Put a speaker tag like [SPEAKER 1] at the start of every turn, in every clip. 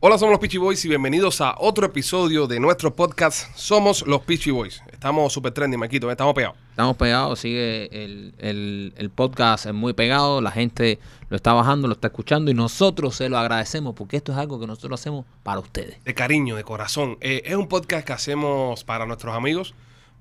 [SPEAKER 1] Hola, somos los Peachy Boys y bienvenidos a otro episodio de nuestro podcast Somos los Peachy Boys. Estamos super trendy, Maquito, ¿eh? estamos pegados.
[SPEAKER 2] Estamos pegados, sigue el, el, el podcast es muy pegado, la gente lo está bajando, lo está escuchando y nosotros se lo agradecemos porque esto es algo que nosotros hacemos para ustedes.
[SPEAKER 1] De cariño, de corazón. Eh, es un podcast que hacemos para nuestros amigos,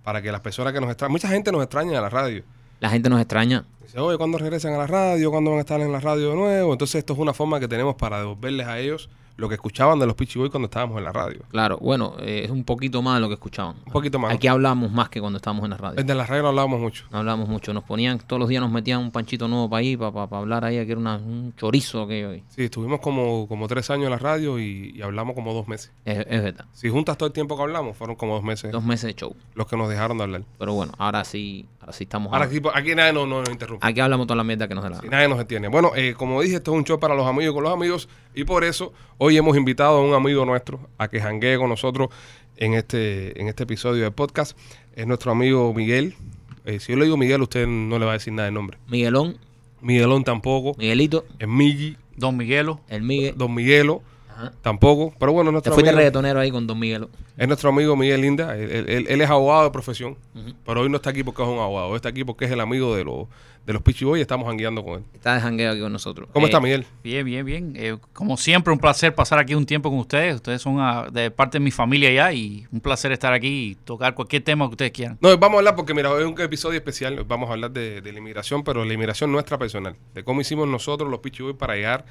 [SPEAKER 1] para que las personas que nos extrañan, mucha gente nos extraña a la radio.
[SPEAKER 2] La gente nos extraña.
[SPEAKER 1] Dice, oye, ¿cuándo regresan a la radio? ¿Cuándo van a estar en la radio de nuevo? Entonces esto es una forma que tenemos para devolverles a ellos lo que escuchaban de los Peachy Boys cuando estábamos en la radio.
[SPEAKER 2] Claro, bueno, eh, es un poquito más de lo que escuchaban.
[SPEAKER 1] Un poquito más.
[SPEAKER 2] Aquí hablamos más que cuando estábamos en la radio.
[SPEAKER 1] Desde la radio no hablábamos mucho.
[SPEAKER 2] No hablamos mucho, nos ponían, todos los días nos metían un panchito nuevo para ahí, para, hablar ahí, que era una- un chorizo aquello ahí.
[SPEAKER 1] Sí, estuvimos como, como tres años en la radio y, y hablamos como dos meses.
[SPEAKER 2] Es, es verdad.
[SPEAKER 1] Si juntas todo el tiempo que hablamos, fueron como dos meses
[SPEAKER 2] Dos meses de show.
[SPEAKER 1] los que nos dejaron de hablar.
[SPEAKER 2] Pero bueno, ahora sí, ahora sí estamos.
[SPEAKER 1] Ahora aquí, aquí nadie nos, nos interrumpe.
[SPEAKER 2] aquí hablamos toda la mierda que nos da la
[SPEAKER 1] Sí, nadie nos detiene. Bueno, eh, como dije, esto es un show para los amigos y con los amigos. Y por eso hoy hemos invitado a un amigo nuestro a que janguee con nosotros en este, en este episodio de podcast. Es nuestro amigo Miguel. Eh, si yo le digo Miguel, usted no le va a decir nada de nombre.
[SPEAKER 2] Miguelón,
[SPEAKER 1] Miguelón tampoco.
[SPEAKER 2] Miguelito,
[SPEAKER 1] Es Migi.
[SPEAKER 3] Don Miguelo.
[SPEAKER 2] el Miguel.
[SPEAKER 1] Don Miguelo
[SPEAKER 2] Ajá.
[SPEAKER 1] tampoco. Pero bueno, es
[SPEAKER 2] Te
[SPEAKER 1] nuestro,
[SPEAKER 2] fuiste
[SPEAKER 1] amigo,
[SPEAKER 2] reggaetonero ahí con Don Miguelo.
[SPEAKER 1] es nuestro amigo Miguel Linda. Él, él- él es abogado de profesión. Pero hoy no está aquí porque es un abogado. Hoy está aquí porque es el amigo de los, de los Pichi Boys y estamos jangueando con él.
[SPEAKER 2] Está de jangueo aquí con nosotros.
[SPEAKER 1] ¿Cómo
[SPEAKER 2] Eh,
[SPEAKER 1] está Miguel?
[SPEAKER 3] Bien, bien, bien. Eh, como siempre, un placer pasar aquí un tiempo con ustedes. Ustedes son ah, de parte de mi familia ya y un placer estar aquí y tocar cualquier tema que ustedes quieran.
[SPEAKER 1] No, vamos a hablar porque, mira, hoy es un episodio especial. hoy Vamos a hablar de, de la inmigración, pero la inmigración nuestra personal. De cómo hicimos nosotros, los Pichi Boys, para llegar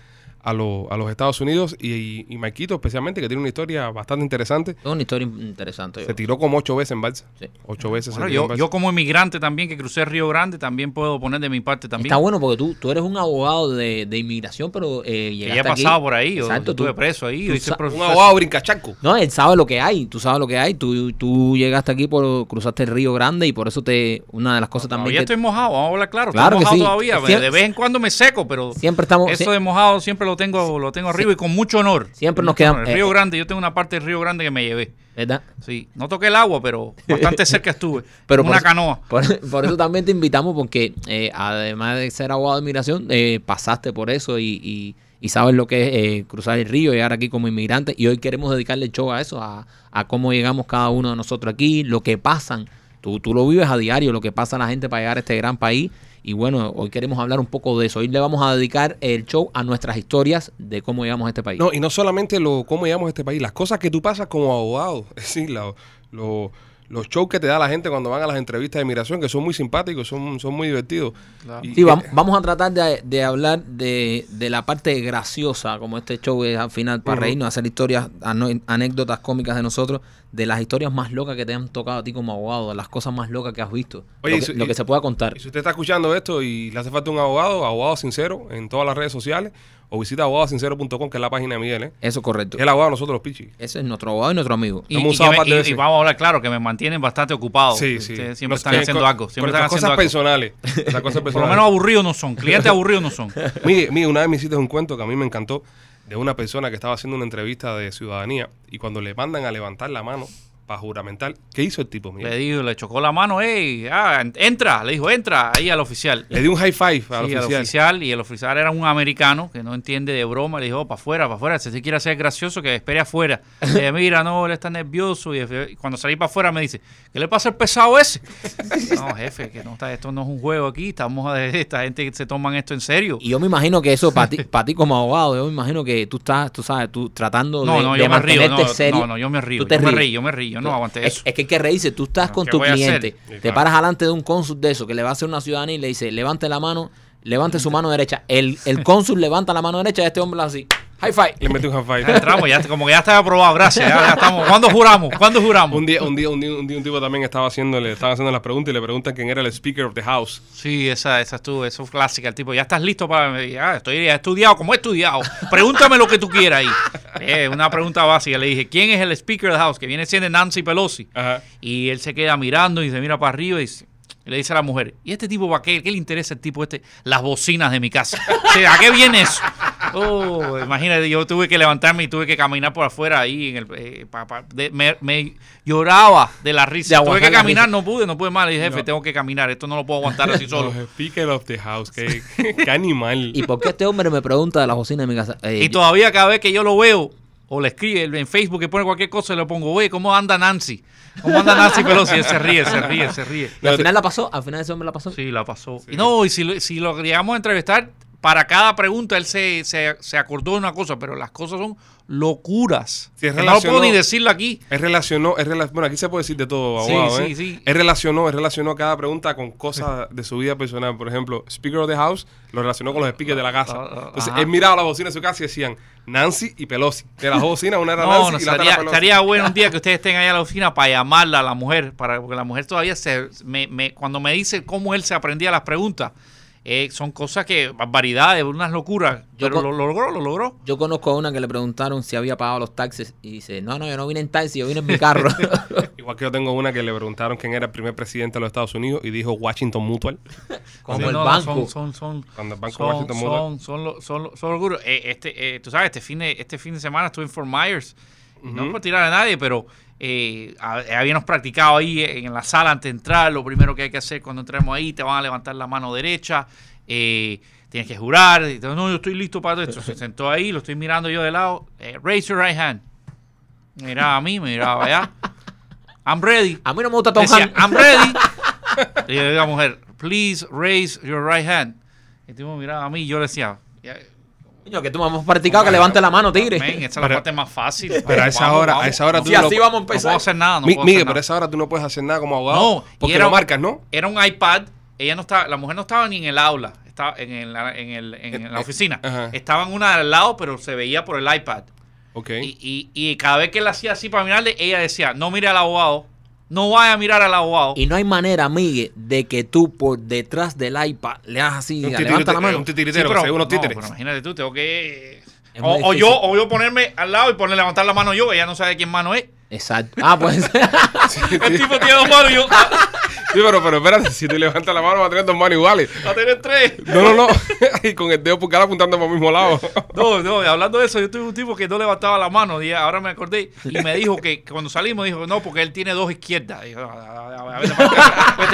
[SPEAKER 1] a, lo- a los Estados Unidos. Y, y, y Maikito, especialmente, que tiene una historia bastante interesante.
[SPEAKER 2] Es una historia in- interesante.
[SPEAKER 1] Se
[SPEAKER 2] yo creo.
[SPEAKER 1] tiró como ocho veces en balsa.
[SPEAKER 2] Sí.
[SPEAKER 1] Ocho veces.
[SPEAKER 3] Bueno,
[SPEAKER 1] se tiró
[SPEAKER 3] yo,
[SPEAKER 1] en
[SPEAKER 3] yo
[SPEAKER 1] balsa.
[SPEAKER 3] como inmigrante también que crucé Río Grande también puedo poner de mi parte también.
[SPEAKER 2] Está bueno porque tú, tú eres un abogado de, de inmigración, pero eh,
[SPEAKER 3] que
[SPEAKER 2] llegaste
[SPEAKER 3] ya he pasado
[SPEAKER 2] aquí.
[SPEAKER 3] por ahí, yo
[SPEAKER 2] Exacto,
[SPEAKER 3] estuve
[SPEAKER 2] tú-
[SPEAKER 3] preso ahí,
[SPEAKER 2] tú
[SPEAKER 3] yo hice
[SPEAKER 2] sa-
[SPEAKER 3] proceso.
[SPEAKER 1] Un abogado brincachaco.
[SPEAKER 2] No, él sabe lo que hay, tú sabes lo que hay. Tú, tú llegaste aquí, por cruzaste el Río Grande y por eso te una de las cosas
[SPEAKER 3] Todavía
[SPEAKER 2] también que
[SPEAKER 3] estoy mojado, vamos a hablar claro,
[SPEAKER 2] Claro que
[SPEAKER 3] estoy mojado
[SPEAKER 2] sí.
[SPEAKER 3] todavía,
[SPEAKER 2] Sie-
[SPEAKER 3] de vez en cuando me seco, pero
[SPEAKER 2] siempre estamos...
[SPEAKER 3] eso
[SPEAKER 2] sie-
[SPEAKER 3] de mojado siempre lo tengo, lo tengo arriba y con mucho honor.
[SPEAKER 2] Siempre
[SPEAKER 3] Con
[SPEAKER 2] nos
[SPEAKER 3] mucho
[SPEAKER 2] quedan-
[SPEAKER 3] honor.
[SPEAKER 2] eh,
[SPEAKER 3] El Río
[SPEAKER 2] eh.
[SPEAKER 3] Grande, yo tengo una parte del Río Grande que me llevé.
[SPEAKER 2] ¿verdad?
[SPEAKER 3] Sí, no toqué el agua, pero bastante cerca estuve.
[SPEAKER 2] Pero
[SPEAKER 3] en
[SPEAKER 2] por
[SPEAKER 3] una
[SPEAKER 2] eso-
[SPEAKER 3] canoa.
[SPEAKER 2] Por, por eso también te invitamos porque eh, además de ser abogado de inmigración, eh, pasaste por eso y, y- y sabes lo que es eh, cruzar el río, llegar aquí como inmigrante. Y hoy queremos dedicarle el show a eso, a, a cómo llegamos cada uno de nosotros aquí, lo que pasan. Tú, tú lo vives a diario, lo que pasa a la gente para llegar a este gran país. Y bueno, hoy queremos hablar un poco de eso. Hoy le vamos a dedicar el show a nuestras historias de cómo llegamos a este país.
[SPEAKER 1] No, y no solamente lo cómo llegamos a este país, las cosas que tú pasas como abogado, es decir, la- lo- los shows que te da la gente cuando van a las entrevistas de migración, que son muy simpáticos, son, son muy divertidos.
[SPEAKER 3] Claro.
[SPEAKER 1] Y-
[SPEAKER 2] Sí, vam- vamos a tratar de, de hablar de, de la parte graciosa, como este show es al final, para
[SPEAKER 1] Ujú.
[SPEAKER 2] reírnos, hacer historias, ano- anécdotas cómicas de nosotros, de las historias más locas que te han tocado a ti como abogado, de las cosas más locas que has visto,
[SPEAKER 1] Oye,
[SPEAKER 2] lo,
[SPEAKER 1] y
[SPEAKER 2] que,
[SPEAKER 1] su-
[SPEAKER 2] lo que
[SPEAKER 1] y-
[SPEAKER 2] se pueda contar.
[SPEAKER 1] Y si usted está escuchando esto y le hace falta un abogado, abogado sincero en todas las redes sociales, o visita abogadosincero.com, que es la página de Miguel, ¿eh?
[SPEAKER 2] Eso es correcto.
[SPEAKER 1] Es el abogado de nosotros los pichis.
[SPEAKER 2] Ese es nuestro abogado y nuestro amigo.
[SPEAKER 3] Y,
[SPEAKER 1] Hemos
[SPEAKER 3] y
[SPEAKER 1] usado
[SPEAKER 3] que me-
[SPEAKER 1] par de
[SPEAKER 3] y- y
[SPEAKER 1] veces.
[SPEAKER 3] vamos a hablar claro, que me mantienen bastante ocupado. Oh, Ustedes siempre
[SPEAKER 1] Los
[SPEAKER 3] están
[SPEAKER 1] que-
[SPEAKER 3] haciendo
[SPEAKER 1] con-
[SPEAKER 3] algo.
[SPEAKER 1] con
[SPEAKER 3] Siempre
[SPEAKER 1] estas
[SPEAKER 3] están haciendo
[SPEAKER 1] cosas
[SPEAKER 3] algo.
[SPEAKER 1] personales. estas cosas
[SPEAKER 3] Por lo
[SPEAKER 1] personales.
[SPEAKER 3] menos aburridos no son. Clientes aburridos no son.
[SPEAKER 1] Mire, mire, una vez me hiciste un cuento que a mí me encantó de una persona que estaba haciendo una entrevista de ciudadanía y cuando le mandan a levantar la mano para juramentar, ¿qué hizo el tipo? Miguel?
[SPEAKER 3] Le dijo, le chocó la mano, ey, ah, en- entra, le dijo, entra ahí al oficial.
[SPEAKER 1] Le di un high five al
[SPEAKER 3] Sí, al
[SPEAKER 1] oficial.
[SPEAKER 3] oficial, y el oficial era un americano que no entiende de broma, le dijo, "Oh, para afuera, para afuera, si usted quiere ser gracioso, que espere afuera. Le dije, mira, no, él está nervioso, y el- cuando salí para afuera me dice, ¿qué le pasa al pesado ese? no, jefe, que no está, esto no es un juego aquí, estamos, a- esta gente se toman esto en serio.
[SPEAKER 2] Y yo me imagino que eso, para ti, pa' ti como abogado, yo me imagino que tú estás, tú sabes, tú tratando
[SPEAKER 3] No,
[SPEAKER 2] de,
[SPEAKER 3] no,
[SPEAKER 2] de
[SPEAKER 3] yo me río,
[SPEAKER 2] mantenerte
[SPEAKER 3] no, no,
[SPEAKER 2] serio.
[SPEAKER 3] no, no, yo me río,
[SPEAKER 2] Tú te
[SPEAKER 3] yo me
[SPEAKER 2] ríes.
[SPEAKER 3] río, yo me río, yo no aguanté
[SPEAKER 2] Es,
[SPEAKER 3] eso.
[SPEAKER 2] es que hay que reírse. Tú estás
[SPEAKER 3] No,
[SPEAKER 2] con
[SPEAKER 3] ¿qué
[SPEAKER 2] tu
[SPEAKER 3] voy a hacer?
[SPEAKER 2] cliente.
[SPEAKER 1] Sí,
[SPEAKER 2] Te
[SPEAKER 1] claro.
[SPEAKER 2] paras delante de un cónsul de eso que le va a hacer una ciudadanía y le dice, levante la mano, levante su mano derecha. El, el cónsul levanta la mano derecha y este hombre la hace así. High five.
[SPEAKER 1] Le metí un high
[SPEAKER 3] Ya
[SPEAKER 1] five.
[SPEAKER 3] entramos, ya, como que ya está aprobado, gracias, ya, ya estamos. ¿Cuándo juramos? ¿Cuándo juramos?
[SPEAKER 1] un, día, un, día, un día, un día un tipo también estaba haciendo, le estaban haciendo las preguntas y le preguntan quién era el speaker of the house.
[SPEAKER 3] Sí, esa, esa estuvo, eso es clásica. El tipo, ya estás listo para. Ya, estoy ya he estudiado, como he estudiado. Pregúntame lo que tú quieras ahí. Eh, una pregunta básica. Le dije, ¿quién es el Speaker of the House? Que viene siendo Nancy Pelosi.
[SPEAKER 1] Ajá.
[SPEAKER 3] Y él se queda mirando y se mira para arriba y, dice- y le dice a la mujer, ¿y este tipo para qué? ¿Qué le interesa el tipo este? Las bocinas de mi casa. O sea, ¿A qué viene eso? Oh, imagínate, yo tuve que levantarme y tuve que caminar por afuera ahí. En el, eh, pa- pa- de- me, me lloraba de la risa.
[SPEAKER 2] De
[SPEAKER 3] tuve que
[SPEAKER 2] aguantar la
[SPEAKER 3] caminar,
[SPEAKER 2] risa.
[SPEAKER 3] no pude, no pude más. Le dije, jefe,
[SPEAKER 1] No.
[SPEAKER 3] tengo que caminar, esto no lo puedo aguantar así solo.
[SPEAKER 1] Los speaker of the house. Qué, qué animal.
[SPEAKER 2] ¿Y por qué este hombre me pregunta de las bocinas de mi casa? Eh,
[SPEAKER 3] Y
[SPEAKER 2] yo-
[SPEAKER 3] todavía cada vez que yo lo veo, o le escribe en Facebook que pone cualquier cosa y le pongo, oye, ¿cómo anda Nancy? ¿Cómo anda Nancy Pelosi? Y él se ríe, se ríe, se ríe.
[SPEAKER 2] Y al final la pasó, al final ese hombre la pasó.
[SPEAKER 3] Sí, la pasó. Y no, y si, lo- si lo llegamos a entrevistar, para cada pregunta él se, se, se acordó de una cosa, pero las cosas son locuras.
[SPEAKER 1] Sí, es
[SPEAKER 3] Que no puedo
[SPEAKER 1] relacionado-
[SPEAKER 3] ni decirlo aquí.
[SPEAKER 1] Él relacionó, él rela- bueno, aquí se puede decir de todo,
[SPEAKER 3] Sí,
[SPEAKER 1] abogado,
[SPEAKER 3] sí,
[SPEAKER 1] ¿eh?
[SPEAKER 3] sí.
[SPEAKER 1] Él relacionó, él relacionó cada pregunta con cosas de su vida personal. Por ejemplo, Speaker of the House lo relacionó con los speakers de la casa.
[SPEAKER 3] Ah, ah,
[SPEAKER 1] Entonces,
[SPEAKER 3] ajá.
[SPEAKER 1] él miraba la bocina de su casa y decían Nancy y Pelosi. De las dos bocinas, una era Nancy
[SPEAKER 3] No, no,
[SPEAKER 1] y la otra
[SPEAKER 3] estaría,
[SPEAKER 1] era Pelosi.
[SPEAKER 3] estaría bueno un día que ustedes estén allá en la oficina para llamarla a la mujer, para, porque la mujer todavía se, me- me- cuando me dice cómo él se aprendía las preguntas, eh, son cosas que, barbaridades, unas locuras.
[SPEAKER 2] Yo
[SPEAKER 3] Pero
[SPEAKER 2] co-
[SPEAKER 3] lo, lo logró, lo logró.
[SPEAKER 2] Yo conozco a una que le preguntaron si había pagado los taxis y dice, no, no, yo no vine en taxi, yo vine en mi carro.
[SPEAKER 1] Igual que yo tengo una que le preguntaron quién era el primer presidente de los Estados Unidos y dijo Washington Mutual.
[SPEAKER 2] Como
[SPEAKER 3] Sí,
[SPEAKER 2] el
[SPEAKER 3] no, no,
[SPEAKER 2] banco.
[SPEAKER 3] Son, son, son,
[SPEAKER 1] Cuando el banco
[SPEAKER 3] son,
[SPEAKER 1] Washington Mutual-
[SPEAKER 3] son, son, lo- son, lo- son locuras. Eh, este, eh, tú sabes, este fin, de, este fin de semana estuve en Fort Myers. y No por tirar a nadie, pero eh, ha- habíamos practicado ahí eh, en la sala antes de entrar. Lo primero que hay que hacer cuando entremos ahí, te van a levantar la mano derecha. eh, tienes que jurar. y todo, no, yo estoy listo para todo esto. Se sentó ahí, lo estoy mirando yo de lado. eh, raise your right hand. Miraba a mí, me miraba allá. I'm ready.
[SPEAKER 2] A mí no me gusta Tom
[SPEAKER 3] Decía, ah,
[SPEAKER 2] Hanks.
[SPEAKER 3] I'm ready. Y yo le digo a la mujer, please raise your right hand. El tipo miraba a mí y yo le decía, "Ya,
[SPEAKER 2] Coño, que tú me hemos practicado que levante la mano,
[SPEAKER 3] men,
[SPEAKER 2] tigre.
[SPEAKER 3] esa es la
[SPEAKER 1] Pero-
[SPEAKER 3] parte más fácil.
[SPEAKER 1] Pero a esa hora, a esa hora
[SPEAKER 2] Sí,
[SPEAKER 1] no
[SPEAKER 2] así
[SPEAKER 1] lo-
[SPEAKER 2] vamos a
[SPEAKER 3] No puedo
[SPEAKER 2] empezar.
[SPEAKER 3] hacer nada. Ah, No
[SPEAKER 1] Mi-
[SPEAKER 3] puedo hacer
[SPEAKER 1] Miguel,
[SPEAKER 3] nada.
[SPEAKER 1] pero a esa hora tú no puedes hacer nada como
[SPEAKER 3] No,
[SPEAKER 1] abogado.
[SPEAKER 3] y
[SPEAKER 1] porque
[SPEAKER 3] era-
[SPEAKER 1] lo marcas, ¿no?
[SPEAKER 3] Era un iPad. Ella no estaba, la mujer no estaba ni en el aula, estaba en, el- en el- en la oficina.
[SPEAKER 1] Eh, ajá.
[SPEAKER 3] Estaban una al lado, pero se veía por el iPad.
[SPEAKER 1] Ok.
[SPEAKER 3] Y, y- y cada vez que él hacía así para mirarle, ella decía, no mire al abogado, no vaya a mirar al abogado.
[SPEAKER 2] Y no hay manera, Miguel, de que tú por detrás del iPad le hagas así,
[SPEAKER 1] Un
[SPEAKER 2] levanta
[SPEAKER 1] titiritero,
[SPEAKER 2] la mano.
[SPEAKER 1] eh, un titiritero,
[SPEAKER 3] Sí, pero-
[SPEAKER 1] que según los
[SPEAKER 3] no,
[SPEAKER 1] títeres.
[SPEAKER 3] pero imagínate tú, tengo que.
[SPEAKER 2] Es
[SPEAKER 3] O,
[SPEAKER 2] muy
[SPEAKER 3] o yo,
[SPEAKER 2] difícil.
[SPEAKER 3] o yo ponerme al lado y ponerle levantar la mano yo, ella no sabe quién mano es.
[SPEAKER 2] Exacto. Ah, pues.
[SPEAKER 3] El tipo tiene dos manos y yo.
[SPEAKER 1] "Ah,
[SPEAKER 3] Va
[SPEAKER 1] Sí, pero, pero espérate, si tú levantas la mano va a tener dos manos iguales.
[SPEAKER 3] a tener tres.
[SPEAKER 1] No, no, no. y con el dedo pulgar apuntando para el mismo lado.
[SPEAKER 3] No, no, hablando de eso, yo tuve un tipo que no levantaba la mano, y ahora me acordé, y me dijo que cuando salimos, dijo, no, porque él tiene dos izquierdas. Dijo, "Ah, ah, ah, vete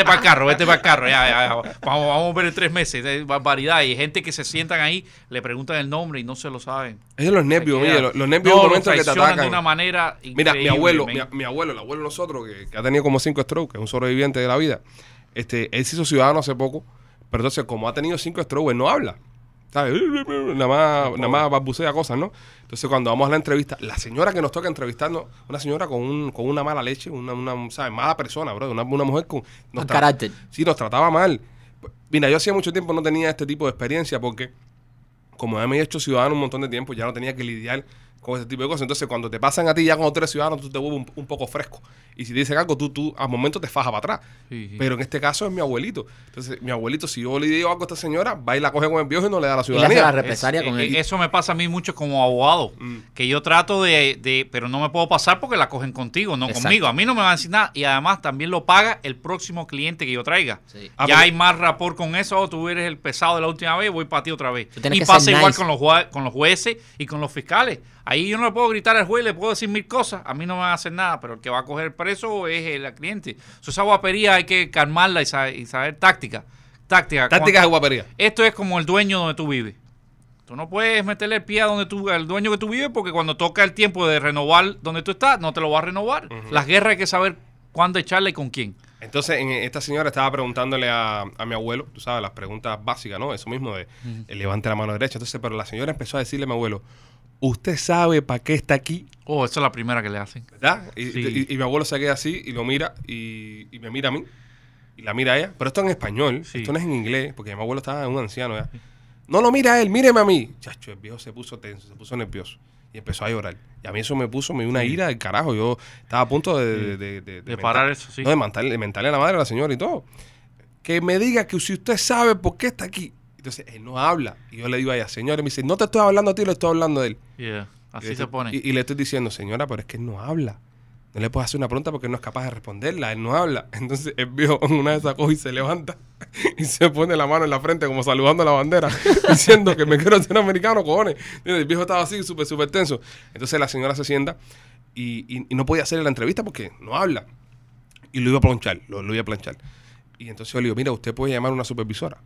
[SPEAKER 3] para el carro, vete para el carro, ya, ya, ya. Vamos, vamos a ver en tres meses, es barbaridad. Y gente que se sientan ahí, le preguntan el nombre y no se lo saben.
[SPEAKER 1] Es de los nervios, mira, los, los nervios
[SPEAKER 3] No,
[SPEAKER 1] del
[SPEAKER 3] los
[SPEAKER 1] momento que te
[SPEAKER 3] traicionan
[SPEAKER 1] atacan.
[SPEAKER 3] de una manera
[SPEAKER 1] Mira, mi
[SPEAKER 3] increíble,
[SPEAKER 1] abuelo,
[SPEAKER 3] men.
[SPEAKER 1] mi, mi abuelo, el abuelo de nosotros, que, que ha tenido como cinco strokes, que es un sobreviviente de la vida, este, él se hizo ciudadano hace poco, pero entonces, como ha tenido cinco strokes, él no habla. ¿Sabes? Nada más, nada más balbucea cosas, ¿no? Entonces, cuando vamos a la entrevista, la señora que nos toca entrevistarnos, una señora con, un, con una mala leche, una, una ¿sabes? mala persona, bro, una, una mujer con.
[SPEAKER 2] Con
[SPEAKER 1] tra-
[SPEAKER 2] carácter.
[SPEAKER 1] Sí, nos trataba mal. Mira, yo hacía mucho tiempo no tenía este tipo de experiencia porque como ya me he hecho ciudadano un montón de tiempo, ya no tenía que lidiar con ese tipo de cosas. Entonces, cuando te pasan a ti, ya cuando tú eres ciudadano, tú te vuelves un, un poco fresco. Y si te dicen algo, tú, tú al momento te fajas para atrás.
[SPEAKER 3] Sí, sí.
[SPEAKER 1] Pero en este caso es mi abuelito. Entonces, mi abuelito, si yo le digo algo a esta señora, va y la coge con el viejo y no le da la
[SPEAKER 2] y le hace la
[SPEAKER 1] ciudadanía.
[SPEAKER 2] represalia con Mm.
[SPEAKER 3] Eh, eh,
[SPEAKER 2] él.
[SPEAKER 3] Eso me pasa a mí mucho como abogado, que yo trato de, de- pero no me puedo pasar porque la cogen contigo, no
[SPEAKER 2] Exacto.
[SPEAKER 3] conmigo. A mí no me van a decir nada y además también lo paga el próximo cliente que yo traiga.
[SPEAKER 2] Sí.
[SPEAKER 1] Ah,
[SPEAKER 3] ya
[SPEAKER 1] pero-
[SPEAKER 3] hay más rapor con eso, o tú eres el pesado de la última vez, voy para ti otra vez.
[SPEAKER 2] Tú tienes
[SPEAKER 3] Y
[SPEAKER 2] que
[SPEAKER 3] pasa
[SPEAKER 2] ser
[SPEAKER 3] igual
[SPEAKER 2] nice.
[SPEAKER 3] con, los, jua- con los jueces y con los fiscales. Ahí yo no le puedo gritar al juez, le puedo decir mil cosas, a mí no me van a hacer nada, pero el que va a coger preso es el cliente. So, esa guapería hay que calmarla y sa- y saber, táctica. Táctica.
[SPEAKER 1] Tácticas de guapería.
[SPEAKER 3] Esto es como el dueño donde tú vives. Tú no puedes meterle el pie a donde tú, al dueño que tú vives porque cuando toca el tiempo de renovar donde tú estás, no te lo va a renovar. Las guerras hay que saber cuándo echarla y con quién.
[SPEAKER 1] Entonces, en- esta señora estaba preguntándole a, a mi abuelo, tú sabes, las preguntas básicas, ¿no? Eso mismo de eh, levante la mano derecha. Entonces, pero la señora empezó a decirle a mi abuelo, ¿usted sabe para qué está aquí?
[SPEAKER 3] Oh, esa es la primera que le hacen.
[SPEAKER 1] ¿Verdad? Y,
[SPEAKER 3] Sí.
[SPEAKER 1] y- y mi abuelo se queda así y lo mira y, y me mira a mí y la mira a ella. Pero esto en español,
[SPEAKER 3] Sí.
[SPEAKER 1] esto no es en inglés, porque mi abuelo estaba un anciano ya. No lo mira a él, míreme a mí. Chacho, el viejo se puso tenso, se puso nervioso y empezó a llorar. Y a mí eso me puso me dio una ira del carajo. Yo estaba a punto de, de- de- de-
[SPEAKER 3] De parar eso, sí.
[SPEAKER 1] No, de mentarle, de mentarle a la madre a la señora y todo. Que me diga que si usted sabe por qué está aquí. Entonces él no habla. Y yo le digo a ella, señora, y me dice, no te estoy hablando a ti, le estoy hablando a él.
[SPEAKER 3] Yeah,
[SPEAKER 1] Y le
[SPEAKER 3] Así se
[SPEAKER 1] estoy-
[SPEAKER 3] pone.
[SPEAKER 1] Este, Y, y le estoy diciendo, señora, pero es que él no habla. No le puedo hacer una pregunta porque él no es capaz de responderla. Él no habla. Entonces el viejo en una de esas coge y se levanta y se pone la mano en la frente como saludando a la bandera diciendo que me quiero hacer americano, cojones. Y El viejo estaba así, súper, súper tenso. Entonces la señora se sienta y, y- y no podía hacer la entrevista porque no habla. Y lo iba a planchar, lo, lo iba a planchar. Y entonces yo le digo, mira, usted puede llamar a una supervisora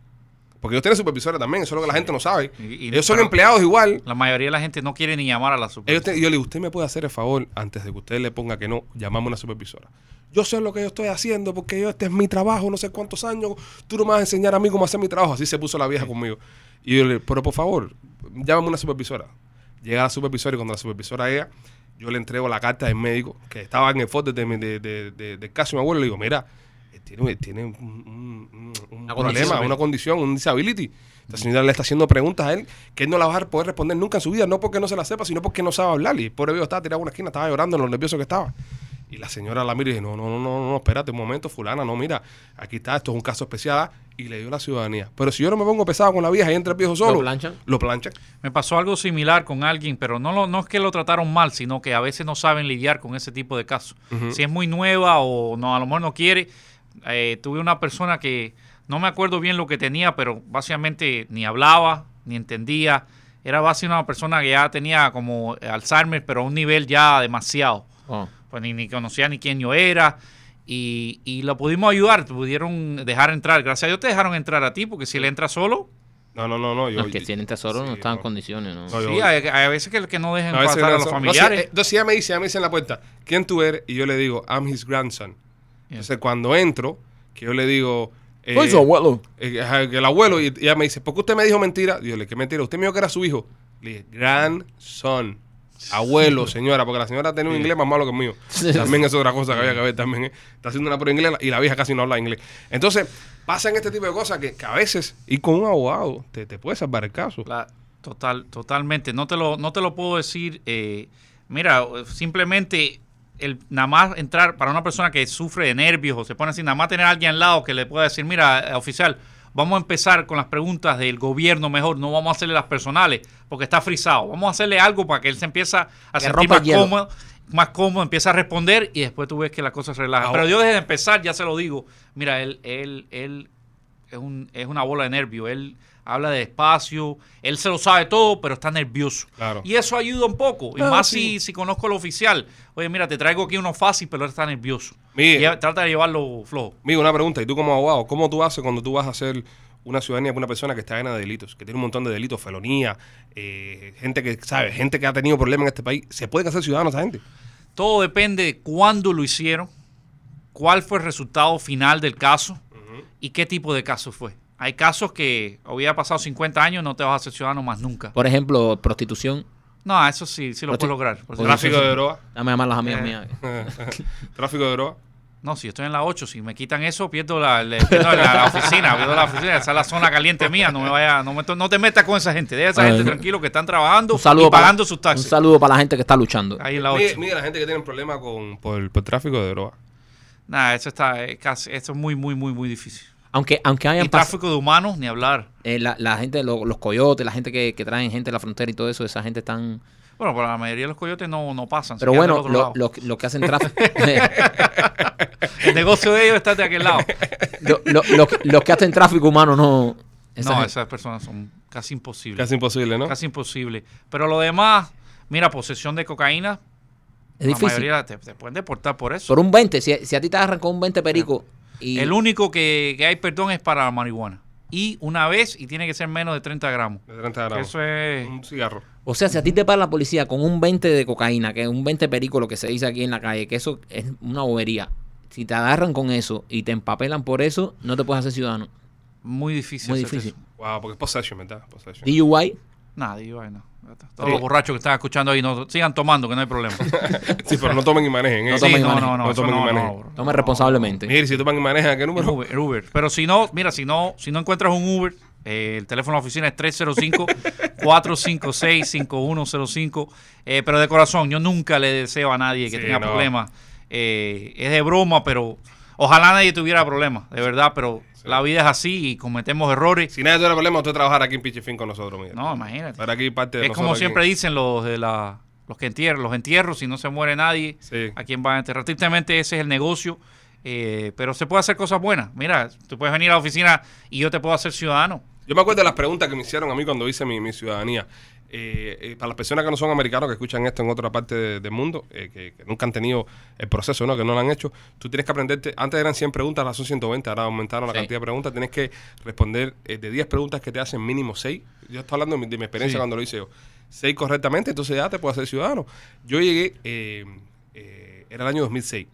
[SPEAKER 1] Porque ellos tienen supervisores también, eso es lo que la gente no sabe.
[SPEAKER 3] Y- y-
[SPEAKER 1] ellos son
[SPEAKER 3] pero-
[SPEAKER 1] empleados igual.
[SPEAKER 3] La mayoría de la gente no quiere ni llamar a la super.
[SPEAKER 1] Ellos te- yo le digo, usted me puede hacer el favor, antes de que usted le ponga que no, llamamos a una supervisora. Yo sé lo que yo estoy haciendo porque yo, este es mi trabajo, no sé cuántos años, tú no me vas a enseñar a mí cómo hacer mi trabajo. Así se puso la vieja conmigo. Y yo le pero por favor, llámame a una supervisora. Llega la supervisora y cuando la supervisora llega, yo le entrego la carta del médico que estaba en el fondo de, mi- de- de- de- del caso de mi abuelo. Le digo, mira, él tiene, él tiene un, un- un- un problema,
[SPEAKER 2] Una condición.
[SPEAKER 1] una condición, un disability. Esta señora le está haciendo preguntas a él que él no las va a poder responder nunca en su vida, no porque no se las sepa, sino porque no sabe hablar. Y el pobre viejo estaba tirado en una esquina, estaba llorando en lo nervioso que estaba. Y la señora la mira y dice, no, no, no, no, no, espérate un momento, fulana, no, mira, aquí está, esto es un caso especial. ah, Y le dio la ciudadanía. Pero si yo no me pongo pesado con la vieja y entra el viejo solo,
[SPEAKER 2] ¿Lo planchan?
[SPEAKER 1] Lo planchan.
[SPEAKER 3] Me pasó algo similar con alguien, pero no, lo, no es que lo trataron mal, sino que a veces no saben lidiar con ese tipo de casos. Si es muy nueva o no, a lo mejor no quiere. Eh, tuve una persona que no me acuerdo bien lo que tenía, pero básicamente ni hablaba, ni entendía. Era básicamente una persona que ya tenía como Alzheimer, pero a un nivel ya demasiado
[SPEAKER 2] Oh.
[SPEAKER 3] pues ni, ni conocía ni quién yo era. Y, y lo pudimos ayudar, te pudieron dejar entrar. Gracias a Dios te dejaron entrar a ti, porque si él entra solo,
[SPEAKER 1] No, no, no, no. Yo,
[SPEAKER 2] No, es que tienen tesoro
[SPEAKER 1] sí,
[SPEAKER 2] no están en
[SPEAKER 1] no.
[SPEAKER 2] condiciones, ¿no?
[SPEAKER 1] No, yo-
[SPEAKER 3] sí, hay, hay veces que, que no dejan
[SPEAKER 1] a veces
[SPEAKER 3] pasar a,
[SPEAKER 1] no
[SPEAKER 3] los
[SPEAKER 1] son-
[SPEAKER 3] familiares.
[SPEAKER 1] No, sí, eh, entonces ella me dice, ella me dice en la puerta, ¿quién tú eres? Y yo le digo, I'm his grandson. Entonces cuando entro, que yo le digo... eh,
[SPEAKER 2] Soy su abuelo.
[SPEAKER 1] eh, ajá, que el abuelo, y y ella me dice, ¿por qué usted me dijo mentira? Yo le dije, ¿qué mentira? Usted me dijo que era su hijo. Le dije, grandson. Abuelo, señora, porque la señora tiene un inglés más malo que el mío. También es otra cosa que había que ver también. ¿eh? Está haciendo una prueba de inglés y la vieja casi no habla inglés. Entonces, pasan este tipo de cosas que, que a veces, y con un abogado, te, te puede salvar el caso.
[SPEAKER 3] La- total, totalmente. No te lo, no te lo puedo decir. eh, mira, simplemente el nada más entrar para una persona que sufre de nervios o se pone así, nada más tener a alguien al lado que le pueda decir, mira, eh, oficial, vamos a empezar con las preguntas del gobierno mejor, no vamos a hacerle las personales, porque está frisado. Vamos a hacerle algo para que él se empieza a
[SPEAKER 2] Que
[SPEAKER 3] sentir
[SPEAKER 2] rompa
[SPEAKER 3] más
[SPEAKER 2] el hielo.
[SPEAKER 3] cómodo, más cómodo, empieza a responder y después tú ves que las cosas se
[SPEAKER 2] Ah,
[SPEAKER 3] relajan.
[SPEAKER 1] Ahora-
[SPEAKER 3] Pero yo desde empezar ya se lo digo, mira, él, él, él es, un, es una bola de nervio. Él habla despacio, él se lo sabe todo, pero está nervioso.
[SPEAKER 1] Claro.
[SPEAKER 3] Y eso ayuda un poco. Y
[SPEAKER 1] Ah,
[SPEAKER 3] más
[SPEAKER 1] sí.
[SPEAKER 3] si, si conozco al oficial. Oye, mira, te traigo aquí uno fácil, pero él está nervioso.
[SPEAKER 1] Mire.
[SPEAKER 3] Lleva- trata de llevarlo flojo.
[SPEAKER 1] Migo, una pregunta, y tú como abogado, ¿cómo tú haces cuando tú vas a hacer una ciudadanía con una persona que está llena de delitos, que tiene un montón de delitos, felonía, eh, gente que sabe, gente que ha tenido problemas en este país? ¿Se puede hacer ciudadano esa gente?
[SPEAKER 3] Todo depende de cuándo lo hicieron, cuál fue el resultado final del caso y qué tipo de caso fue. Hay casos que había pasado 50 años, no te vas a hacer ciudadano más nunca.
[SPEAKER 2] Por ejemplo, prostitución.
[SPEAKER 3] No, eso sí, sí lo
[SPEAKER 2] Prosti-
[SPEAKER 3] puedes lograr. Por si acaso.
[SPEAKER 1] Tráfico de droga.
[SPEAKER 2] Dame llamar a las amigas
[SPEAKER 3] Eh.
[SPEAKER 2] mías.
[SPEAKER 1] Tráfico de droga.
[SPEAKER 3] No, si yo estoy en la 8, si me quitan eso, pierdo la, le- pierdo la, la oficina, pierdo la oficina. Esa es la zona caliente mía. No me vaya, no, me to- no te metas con esa gente. Deja a esa
[SPEAKER 2] Ay.
[SPEAKER 3] gente tranquilo que están trabajando
[SPEAKER 2] Un saludo
[SPEAKER 3] y pagando
[SPEAKER 2] para,
[SPEAKER 3] sus
[SPEAKER 2] Un
[SPEAKER 3] taxis.
[SPEAKER 2] saludo para la gente que está luchando.
[SPEAKER 3] Ahí en la 8.
[SPEAKER 1] Mire, mire la gente que tiene problemas con, por, por tráfico de droga.
[SPEAKER 3] Nada, eso está eh, casi, esto es muy, muy, muy, muy difícil.
[SPEAKER 2] Aunque, aunque hayan
[SPEAKER 3] Y
[SPEAKER 2] pasado.
[SPEAKER 3] tráfico de humanos, ni hablar.
[SPEAKER 2] la, la gente, lo- los coyotes, la gente que, que traen gente de la frontera y todo eso, esa gente están.
[SPEAKER 3] Bueno, pero la mayoría de los coyotes no, no pasan. se
[SPEAKER 2] Pero
[SPEAKER 3] quedan del
[SPEAKER 2] bueno,
[SPEAKER 3] otro
[SPEAKER 2] lo-
[SPEAKER 3] lado.
[SPEAKER 2] los los que hacen tráfico.
[SPEAKER 3] el negocio de ellos está de aquel lado.
[SPEAKER 2] lo- lo- los que- los que hacen tráfico humano no. esa
[SPEAKER 3] no,
[SPEAKER 2] gente-
[SPEAKER 3] esas personas son casi imposibles.
[SPEAKER 1] Casi imposible, ¿no?
[SPEAKER 3] Casi imposible. Pero lo demás, mira, posesión de cocaína,
[SPEAKER 2] es
[SPEAKER 3] la
[SPEAKER 2] difícil.
[SPEAKER 3] mayoría te, te pueden deportar por eso.
[SPEAKER 2] Por un 20, si, si a ti te agarran con un 20 perico. Y,
[SPEAKER 3] El único que, que hay perdón es para la marihuana. Y una vez, y tiene que ser menos de 30 gramos.
[SPEAKER 1] De 30 gramos.
[SPEAKER 3] Eso es...
[SPEAKER 1] Un cigarro.
[SPEAKER 2] o sea, si a ti te para la policía con un 20 de cocaína, que es un 20 perico, lo que se dice aquí en la calle, que eso es una bobería. Si te agarran con eso y te empapelan por eso, no te puedes hacer ciudadano.
[SPEAKER 3] Muy difícil.
[SPEAKER 2] Muy
[SPEAKER 3] hacer
[SPEAKER 2] difícil.
[SPEAKER 3] eso.
[SPEAKER 1] Wow, porque es possession, ¿verdad? Possession.
[SPEAKER 2] DUI,
[SPEAKER 3] Nada, digo, ay, no. Todos los borrachos que están escuchando ahí, no, sigan tomando, que no hay problema.
[SPEAKER 1] Sí, pero no tomen y manejen, ¿eh?
[SPEAKER 2] No
[SPEAKER 3] Sí,
[SPEAKER 2] tomen y
[SPEAKER 3] no,
[SPEAKER 2] manejen.
[SPEAKER 3] no, no,
[SPEAKER 1] No
[SPEAKER 3] eso
[SPEAKER 1] tomen y
[SPEAKER 3] no,
[SPEAKER 1] manejen.
[SPEAKER 3] no,
[SPEAKER 2] toma
[SPEAKER 3] no.
[SPEAKER 2] responsablejan
[SPEAKER 1] Mire, si toman y manejan, ¿qué
[SPEAKER 3] El
[SPEAKER 1] número?
[SPEAKER 3] Uber, el Uber. Pero si no, mira, si no, si no encuentras un Uber, eh, el teléfono de la oficina es 305-456-5105. Eh, pero de corazón, yo nunca le deseo a nadie que
[SPEAKER 1] Sí,
[SPEAKER 3] tenga
[SPEAKER 1] no.
[SPEAKER 3] problemas. Eh, es de broma, pero ojalá nadie tuviera problemas, de verdad. Pero la vida es así y cometemos errores.
[SPEAKER 1] Si nadie tuviera problemas, usted trabajar aquí en Pichifín con nosotros, mire.
[SPEAKER 3] No, imagínate.
[SPEAKER 1] Para aquí parte de
[SPEAKER 3] Es como
[SPEAKER 1] nosotros
[SPEAKER 3] siempre
[SPEAKER 1] aquí.
[SPEAKER 3] dicen los de la, los que entierran, los entierros, si no se muere nadie,
[SPEAKER 1] Sí.
[SPEAKER 3] a quién van a enterrar. Tristemente ese es el negocio, eh, pero se puede hacer cosas buenas. Mira, tú puedes venir a la oficina y yo te puedo hacer ciudadano.
[SPEAKER 1] Yo me acuerdo de las preguntas que me hicieron a mí cuando hice mi, mi ciudadanía. eh, eh, para las personas que no son americanos, que escuchan esto en otra parte de- del mundo, eh, que, que nunca han tenido el proceso, ¿no? que no lo han hecho, tú tienes que aprenderte, antes eran 100 preguntas, ahora son 120, ahora aumentaron la
[SPEAKER 2] Sí.
[SPEAKER 1] cantidad de preguntas, tienes que responder eh, de 10 preguntas que te hacen mínimo 6. Yo estoy hablando de mi, de mi experiencia
[SPEAKER 3] Sí.
[SPEAKER 1] cuando lo hice yo. 6 correctamente, entonces ya te puedes hacer ciudadano. Yo llegué, eh, eh, era el año 2006.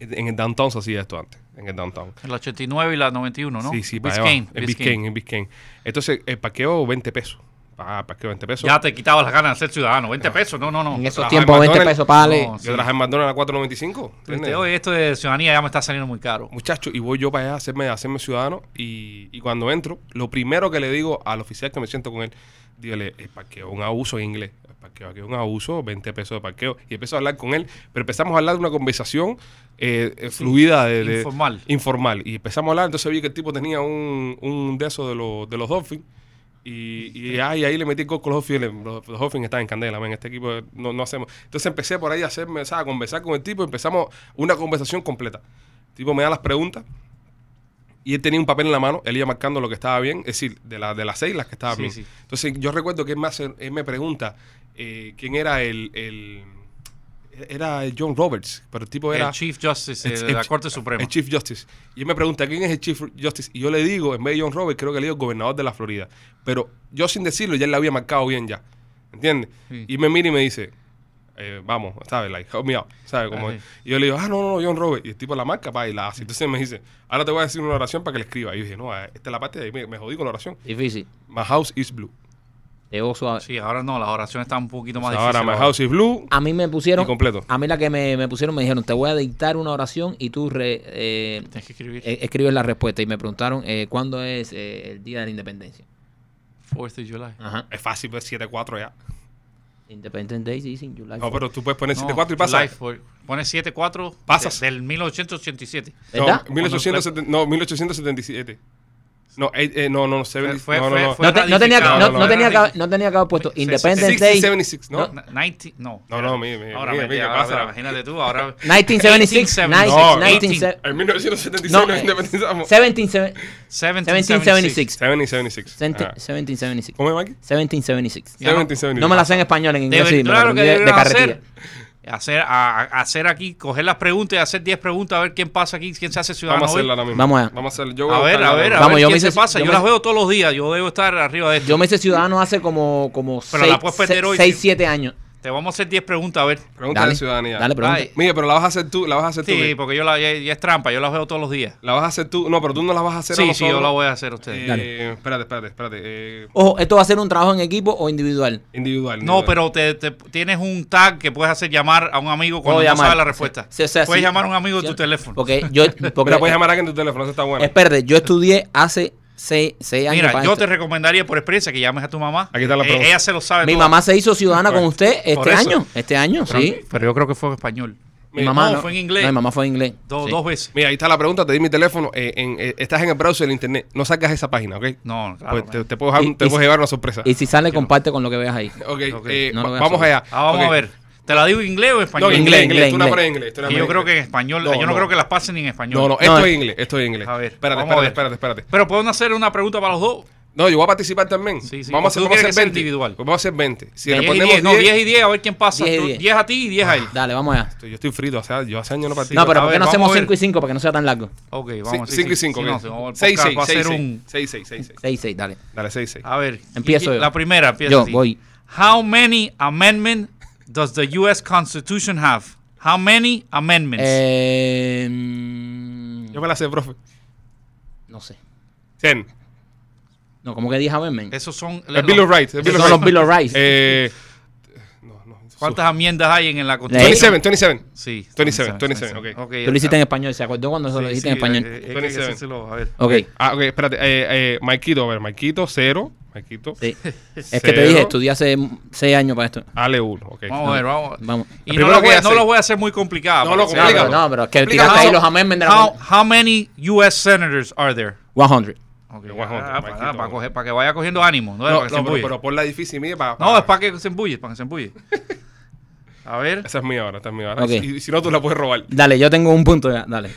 [SPEAKER 1] En en el downtown se hacía esto antes, en el downtown.
[SPEAKER 3] En la 89 y la 91, ¿no?
[SPEAKER 1] Sí, sí, para allá
[SPEAKER 3] Biscayne.
[SPEAKER 1] va. En Biscayne, en Biscayne. Entonces, el parqueo 20 pesos. Ah, parqueo 20 pesos.
[SPEAKER 3] Ya te quitabas las ganas de ser ciudadano. 20 pesos, no, no, no.
[SPEAKER 2] En esos
[SPEAKER 1] trabajar
[SPEAKER 2] tiempos,
[SPEAKER 1] en
[SPEAKER 2] 20
[SPEAKER 1] McDonald's.
[SPEAKER 2] pesos, pale.
[SPEAKER 3] No, sí.
[SPEAKER 1] Yo trabajé en McDonald's a 4.95.
[SPEAKER 3] Este,
[SPEAKER 1] ¿entiendes?
[SPEAKER 3] oye, esto de ciudadanía ya me está saliendo muy caro.
[SPEAKER 1] Muchacho, y voy yo para allá a hacerme, a hacerme ciudadano. Y, y cuando entro, lo primero que le digo al oficial que me siento con él, dígale, el parqueo es un abuso en inglés. El parqueo aquí es un abuso, 20 pesos de parqueo. Y empiezo a hablar con él, pero empezamos a hablar de una conversación eh, eh, fluida. De, de-
[SPEAKER 3] informal.
[SPEAKER 1] Informal. Y empezamos a hablar, entonces vi que el tipo tenía un, un de esos de, los de los Dolphins. Y, y ahí, ahí le metí el gol con los Dolphins. Los, los Dolphins están en candela, man. Este equipo no, no hacemos. Entonces empecé por ahí a hacerme, ¿sabes? A conversar con el tipo. Empezamos una conversación completa. El tipo me da las preguntas. Y él tenía un papel en la mano, él iba marcando lo que estaba bien, es decir, de, la, de las seis las que estaban
[SPEAKER 3] Sí,
[SPEAKER 1] bien.
[SPEAKER 3] sí.
[SPEAKER 1] Entonces yo recuerdo que él me, hace- él me pregunta eh, quién era el, el- Era el John Roberts, pero el tipo era...
[SPEAKER 3] el Chief Justice eh,
[SPEAKER 1] el-
[SPEAKER 3] de la
[SPEAKER 1] el-
[SPEAKER 3] Corte Suprema.
[SPEAKER 1] El Chief Justice. Y él me pregunta, ¿quién es el Chief Justice? Y yo le digo, en vez de John Roberts, creo que le digo gobernador de la Florida. Pero yo sin decirlo, ya él la había marcado bien ya. ¿Entiendes?
[SPEAKER 3] Sí.
[SPEAKER 1] Y me mira y me dice, eh, vamos, ¿sabes? Like, help me out, ¿sabes? Como,
[SPEAKER 3] Ajá.
[SPEAKER 1] Y yo le digo, ah, no, no, no, John Roberts. Y el tipo la marca, pa, y la hace. Entonces me dice, ahora te voy a decir una oración para que le escriba. Y yo dije, no, eh, esta es la parte de ahí, me, me jodí con la oración.
[SPEAKER 2] Difícil.
[SPEAKER 1] My house is blue.
[SPEAKER 2] Te oso a-
[SPEAKER 3] Sí, ahora no, las oraciones están un poquito más difíciles.
[SPEAKER 1] Pues Ahora, my
[SPEAKER 3] ahora.
[SPEAKER 1] house is blue.
[SPEAKER 2] A mí me pusieron.
[SPEAKER 1] Y completo.
[SPEAKER 2] A mí la que me, me pusieron me dijeron, te voy a dictar una oración y tú re- eh,
[SPEAKER 3] Tienes que escribir.
[SPEAKER 2] eh, escribes la respuesta. Y me preguntaron, eh, ¿cuándo es eh, el día de la independencia?
[SPEAKER 3] 4th of July.
[SPEAKER 2] Ajá.
[SPEAKER 1] Es fácil, pues 7-4 ya.
[SPEAKER 2] Independence Day, sí, sí, July
[SPEAKER 1] No,
[SPEAKER 2] fourth.
[SPEAKER 1] pero tú puedes poner
[SPEAKER 3] No,
[SPEAKER 1] 7-4 y pasa.
[SPEAKER 3] July four- Pone 7-4
[SPEAKER 1] Pasas.
[SPEAKER 3] de- del 1887.
[SPEAKER 1] No,
[SPEAKER 2] ¿Verdad?
[SPEAKER 1] 1870 no, 1877. No, eh, eh, no, no, no, 70,
[SPEAKER 3] Fue-
[SPEAKER 1] no, no, no.
[SPEAKER 3] fue-
[SPEAKER 2] No, te- no tenía, que- no,
[SPEAKER 1] ratificado,
[SPEAKER 2] no
[SPEAKER 1] no,
[SPEAKER 2] tenía que,
[SPEAKER 3] no.
[SPEAKER 2] haber- no tenía que haber puesto
[SPEAKER 3] Sí, sí,
[SPEAKER 2] Independence
[SPEAKER 1] 60,
[SPEAKER 2] Day
[SPEAKER 1] 76, ¿no?
[SPEAKER 3] Na- 90, no.
[SPEAKER 1] No, no, mi- mi-
[SPEAKER 3] Ahora,
[SPEAKER 1] mi-
[SPEAKER 3] me
[SPEAKER 1] mi- ¿qué
[SPEAKER 3] ahora,
[SPEAKER 1] pasa?
[SPEAKER 3] imagínate tú, ahora...
[SPEAKER 2] 1976,
[SPEAKER 3] 1876.
[SPEAKER 1] No,
[SPEAKER 2] 1976.
[SPEAKER 1] En 1976
[SPEAKER 2] No,
[SPEAKER 1] nos
[SPEAKER 2] eh,
[SPEAKER 1] independizamos.
[SPEAKER 2] 1776.
[SPEAKER 3] 1776.
[SPEAKER 1] 1776. Ah.
[SPEAKER 2] 1776.
[SPEAKER 1] ¿Cómo es, Mikey?
[SPEAKER 2] 1776.
[SPEAKER 3] Ya no-
[SPEAKER 1] 1776.
[SPEAKER 2] No me la sé en español, en inglés
[SPEAKER 3] Debe-
[SPEAKER 2] sí, me la
[SPEAKER 3] claro
[SPEAKER 2] aprendí
[SPEAKER 3] que
[SPEAKER 2] de, de
[SPEAKER 3] deberían
[SPEAKER 2] carretilla.
[SPEAKER 3] hacer, hacer, a- a- hacer aquí, coger las preguntas y hacer 10 preguntas a ver quién pasa aquí, quién se hace ciudadano
[SPEAKER 1] Vamos a
[SPEAKER 3] hoy.
[SPEAKER 1] hacerla ahora mismo.
[SPEAKER 2] Vamos a-
[SPEAKER 1] Vamos a hacerla. Yo voy
[SPEAKER 3] A ver,
[SPEAKER 1] buscarla
[SPEAKER 3] a
[SPEAKER 1] ahora
[SPEAKER 3] ver, a
[SPEAKER 1] mismo.
[SPEAKER 2] Vamos,
[SPEAKER 3] ver
[SPEAKER 2] yo
[SPEAKER 3] quién
[SPEAKER 2] me
[SPEAKER 3] se
[SPEAKER 2] hice-
[SPEAKER 3] pasa.
[SPEAKER 2] yo
[SPEAKER 3] Yo,
[SPEAKER 2] me-
[SPEAKER 3] las veo todos los días, yo debo estar arriba de esto.
[SPEAKER 2] Yo me hice ciudadano hace como, como
[SPEAKER 3] Pero la puedes perder hoy,
[SPEAKER 2] 6,
[SPEAKER 3] sí.
[SPEAKER 2] 7 años.
[SPEAKER 3] Te vamos a hacer 10 preguntas, a ver.
[SPEAKER 1] Pregunta
[SPEAKER 2] Dale,
[SPEAKER 1] de ciudadanía.
[SPEAKER 2] Dale, pregunta.
[SPEAKER 3] Ay.
[SPEAKER 1] Mire, pero la vas a hacer tú, la vas a hacer tú.
[SPEAKER 3] Sí,
[SPEAKER 1] ¿qué?
[SPEAKER 3] porque yo la, ya, ya es trampa, yo las veo todos los días.
[SPEAKER 1] La vas a hacer tú. No, pero tú no la vas a hacer a
[SPEAKER 3] Sí, sí,
[SPEAKER 1] nosotros.
[SPEAKER 3] yo la voy a hacer a ustedes.
[SPEAKER 1] Eh,
[SPEAKER 2] Dale.
[SPEAKER 1] Espérate, espérate, espérate. Eh,
[SPEAKER 2] Ojo, ¿esto va a ser un trabajo en equipo o individual?
[SPEAKER 1] individual.
[SPEAKER 3] No,
[SPEAKER 1] individual.
[SPEAKER 3] pero te, te- tienes un tag que puedes hacer llamar a un amigo cuando
[SPEAKER 2] Puedo
[SPEAKER 3] no
[SPEAKER 2] llamar.
[SPEAKER 3] sabes la respuesta.
[SPEAKER 2] Sí, sí, sí, sí.
[SPEAKER 3] puedes llamar a un amigo de
[SPEAKER 2] Sí,
[SPEAKER 3] tu teléfono.
[SPEAKER 2] Porque yo... Porque,
[SPEAKER 1] Mira, puedes llamar a alguien en tu teléfono, eso está bueno.
[SPEAKER 2] Espérate, yo estudié hace 6, años.
[SPEAKER 3] Mira,
[SPEAKER 2] para
[SPEAKER 3] yo
[SPEAKER 2] esto.
[SPEAKER 3] te recomendaría por experiencia que llames a tu mamá.
[SPEAKER 1] Aquí está la
[SPEAKER 3] Eh,
[SPEAKER 1] pregunta.
[SPEAKER 3] ella se lo sabe.
[SPEAKER 2] Mi
[SPEAKER 3] todo.
[SPEAKER 2] mamá se hizo ciudadana con usted
[SPEAKER 1] por
[SPEAKER 2] este
[SPEAKER 1] eso.
[SPEAKER 2] año. Este año,
[SPEAKER 3] Pero-
[SPEAKER 2] sí.
[SPEAKER 3] Pero yo creo que fue en español.
[SPEAKER 2] Mi mamá
[SPEAKER 3] no,
[SPEAKER 2] no.
[SPEAKER 3] fue en inglés.
[SPEAKER 2] No, mi mamá fue en inglés.
[SPEAKER 3] Do-
[SPEAKER 2] sí.
[SPEAKER 3] Dos veces.
[SPEAKER 1] Mira, ahí está la pregunta, te di mi teléfono. eh, en- eh, estás en el browser del internet. No sacas esa página, ¿ok?
[SPEAKER 3] No, claro.
[SPEAKER 1] Pues te, te puedo, dejar-
[SPEAKER 2] Y-
[SPEAKER 1] te
[SPEAKER 2] y
[SPEAKER 1] puedo
[SPEAKER 2] si-
[SPEAKER 1] llevar una sorpresa.
[SPEAKER 2] Y si sale, comparte con lo que veas ahí.
[SPEAKER 1] ok,
[SPEAKER 3] Ok.
[SPEAKER 1] eh,
[SPEAKER 2] No
[SPEAKER 1] va-
[SPEAKER 2] lo voy a
[SPEAKER 1] vamos
[SPEAKER 2] hacer.
[SPEAKER 1] allá.
[SPEAKER 3] Ah, vamos
[SPEAKER 1] Ok.
[SPEAKER 3] a ver. ¿Te la digo en inglés o en español?
[SPEAKER 1] No, en inglés,
[SPEAKER 2] Inglés,
[SPEAKER 1] en inglés. Tú una
[SPEAKER 2] inglés.
[SPEAKER 1] pones en inglés. tú una
[SPEAKER 3] Que yo
[SPEAKER 1] pones
[SPEAKER 3] creo que en español.
[SPEAKER 1] No,
[SPEAKER 3] yo no,
[SPEAKER 1] no.
[SPEAKER 3] creo que las pasen en español.
[SPEAKER 1] No, no, esto
[SPEAKER 2] No,
[SPEAKER 1] es
[SPEAKER 2] eh.
[SPEAKER 1] inglés. Esto es inglés.
[SPEAKER 3] A ver,
[SPEAKER 1] Espérate,
[SPEAKER 3] vamos a
[SPEAKER 1] espérate,
[SPEAKER 3] ver.
[SPEAKER 1] espérate, espérate.
[SPEAKER 3] Pero podemos hacer una pregunta para los dos.
[SPEAKER 1] No, yo voy a participar también.
[SPEAKER 3] Sí, sí.
[SPEAKER 1] Vamos a
[SPEAKER 3] ¿Tú
[SPEAKER 1] hacer, vamos a
[SPEAKER 3] quieres
[SPEAKER 1] hacer
[SPEAKER 3] que sea
[SPEAKER 1] 20.
[SPEAKER 3] individual?
[SPEAKER 1] Vamos a hacer 20. Si
[SPEAKER 3] 10 y
[SPEAKER 1] respondemos 10,
[SPEAKER 3] 10, no, 10 y 10, a ver quién pasa.
[SPEAKER 2] 10 y Ah,
[SPEAKER 3] Tú-
[SPEAKER 2] 10.
[SPEAKER 3] 10 a ti y 10 a él.
[SPEAKER 2] Dale, vamos allá.
[SPEAKER 1] yo estoy frito. O sea, yo hace años no participo.
[SPEAKER 2] No, pero
[SPEAKER 3] a
[SPEAKER 2] ¿por
[SPEAKER 3] ver,
[SPEAKER 2] qué no
[SPEAKER 3] vamos
[SPEAKER 2] hacemos
[SPEAKER 3] a ver.
[SPEAKER 2] 5 y 5 para que no sea tan largo?
[SPEAKER 3] Ok, vamos.
[SPEAKER 1] 5 y 5.
[SPEAKER 3] sí, no, sí, vamos, el
[SPEAKER 1] 6,
[SPEAKER 3] podcast
[SPEAKER 1] 6,
[SPEAKER 3] va a ser
[SPEAKER 1] 6,
[SPEAKER 3] un-
[SPEAKER 1] 6, 6, 6, 6.
[SPEAKER 2] 6, 6, dale.
[SPEAKER 1] Dale, 6, 6.
[SPEAKER 3] A ver.
[SPEAKER 2] Empiezo
[SPEAKER 3] ¿quién-
[SPEAKER 2] yo.
[SPEAKER 3] La primera, empieza
[SPEAKER 2] Yo
[SPEAKER 3] así.
[SPEAKER 2] voy.
[SPEAKER 3] How many amendments does the U.S. Constitution have? How many amendments?
[SPEAKER 2] Eh, mm,
[SPEAKER 1] Yo me la sé, profe.
[SPEAKER 2] no sé.
[SPEAKER 1] 100.
[SPEAKER 2] No, ¿cómo que dije amendment?
[SPEAKER 3] Esos son...
[SPEAKER 1] El Bill of Rights. el
[SPEAKER 2] Esos
[SPEAKER 1] Bill of
[SPEAKER 2] son los
[SPEAKER 1] Rights.
[SPEAKER 2] Bill of Rights.
[SPEAKER 1] Eh, no, no.
[SPEAKER 3] ¿Cuántas enmiendas hay en la
[SPEAKER 2] Eh,
[SPEAKER 1] 27,
[SPEAKER 3] Constitución?
[SPEAKER 1] 27.
[SPEAKER 3] Sí.
[SPEAKER 1] 27, 27, ok.
[SPEAKER 2] Tú lo hiciste en español, ¿se acordó cuando lo dijiste en español?
[SPEAKER 3] eh, eh, que
[SPEAKER 1] 27.
[SPEAKER 3] ese sí lo- a ver.
[SPEAKER 2] ok,
[SPEAKER 1] Ah, ok, espérate. Eh, eh, Maikito, a ver, Maikito, 0. Maikito.
[SPEAKER 2] sí. Es que te dije, estudié hace 6 años para esto.
[SPEAKER 1] Ale 1. Ok.
[SPEAKER 3] Vamos a ver, vamos.
[SPEAKER 2] Vamos.
[SPEAKER 3] Y no
[SPEAKER 1] Primero
[SPEAKER 3] lo,
[SPEAKER 1] que
[SPEAKER 3] voy,
[SPEAKER 1] hace-
[SPEAKER 3] no lo voy a hacer muy complicado.
[SPEAKER 1] No lo
[SPEAKER 3] porque-
[SPEAKER 2] No, pero,
[SPEAKER 1] Explícalo.
[SPEAKER 2] no, pero es que
[SPEAKER 1] Explícalo.
[SPEAKER 2] tiraste ahí
[SPEAKER 1] How-
[SPEAKER 2] los amendments de la
[SPEAKER 3] How, how many U.S. senators are there?
[SPEAKER 2] 100.
[SPEAKER 3] Ok,
[SPEAKER 1] Yo voy a
[SPEAKER 3] ah,
[SPEAKER 1] juntar,
[SPEAKER 3] para,
[SPEAKER 1] Marquito.
[SPEAKER 3] para coger- para que vaya cogiendo ánimo.
[SPEAKER 1] No,
[SPEAKER 3] No, para que
[SPEAKER 1] no,
[SPEAKER 3] se
[SPEAKER 1] pero,
[SPEAKER 3] embulle.
[SPEAKER 1] pero por la difícil mía para,
[SPEAKER 3] no es para que se embulle, para que se embulle. A ver.
[SPEAKER 1] Esa es mía ahora, esta es mía ahora.
[SPEAKER 2] Ok.
[SPEAKER 1] Y, y si no, tú la puedes robar.
[SPEAKER 2] Dale, yo tengo un punto ya, dale.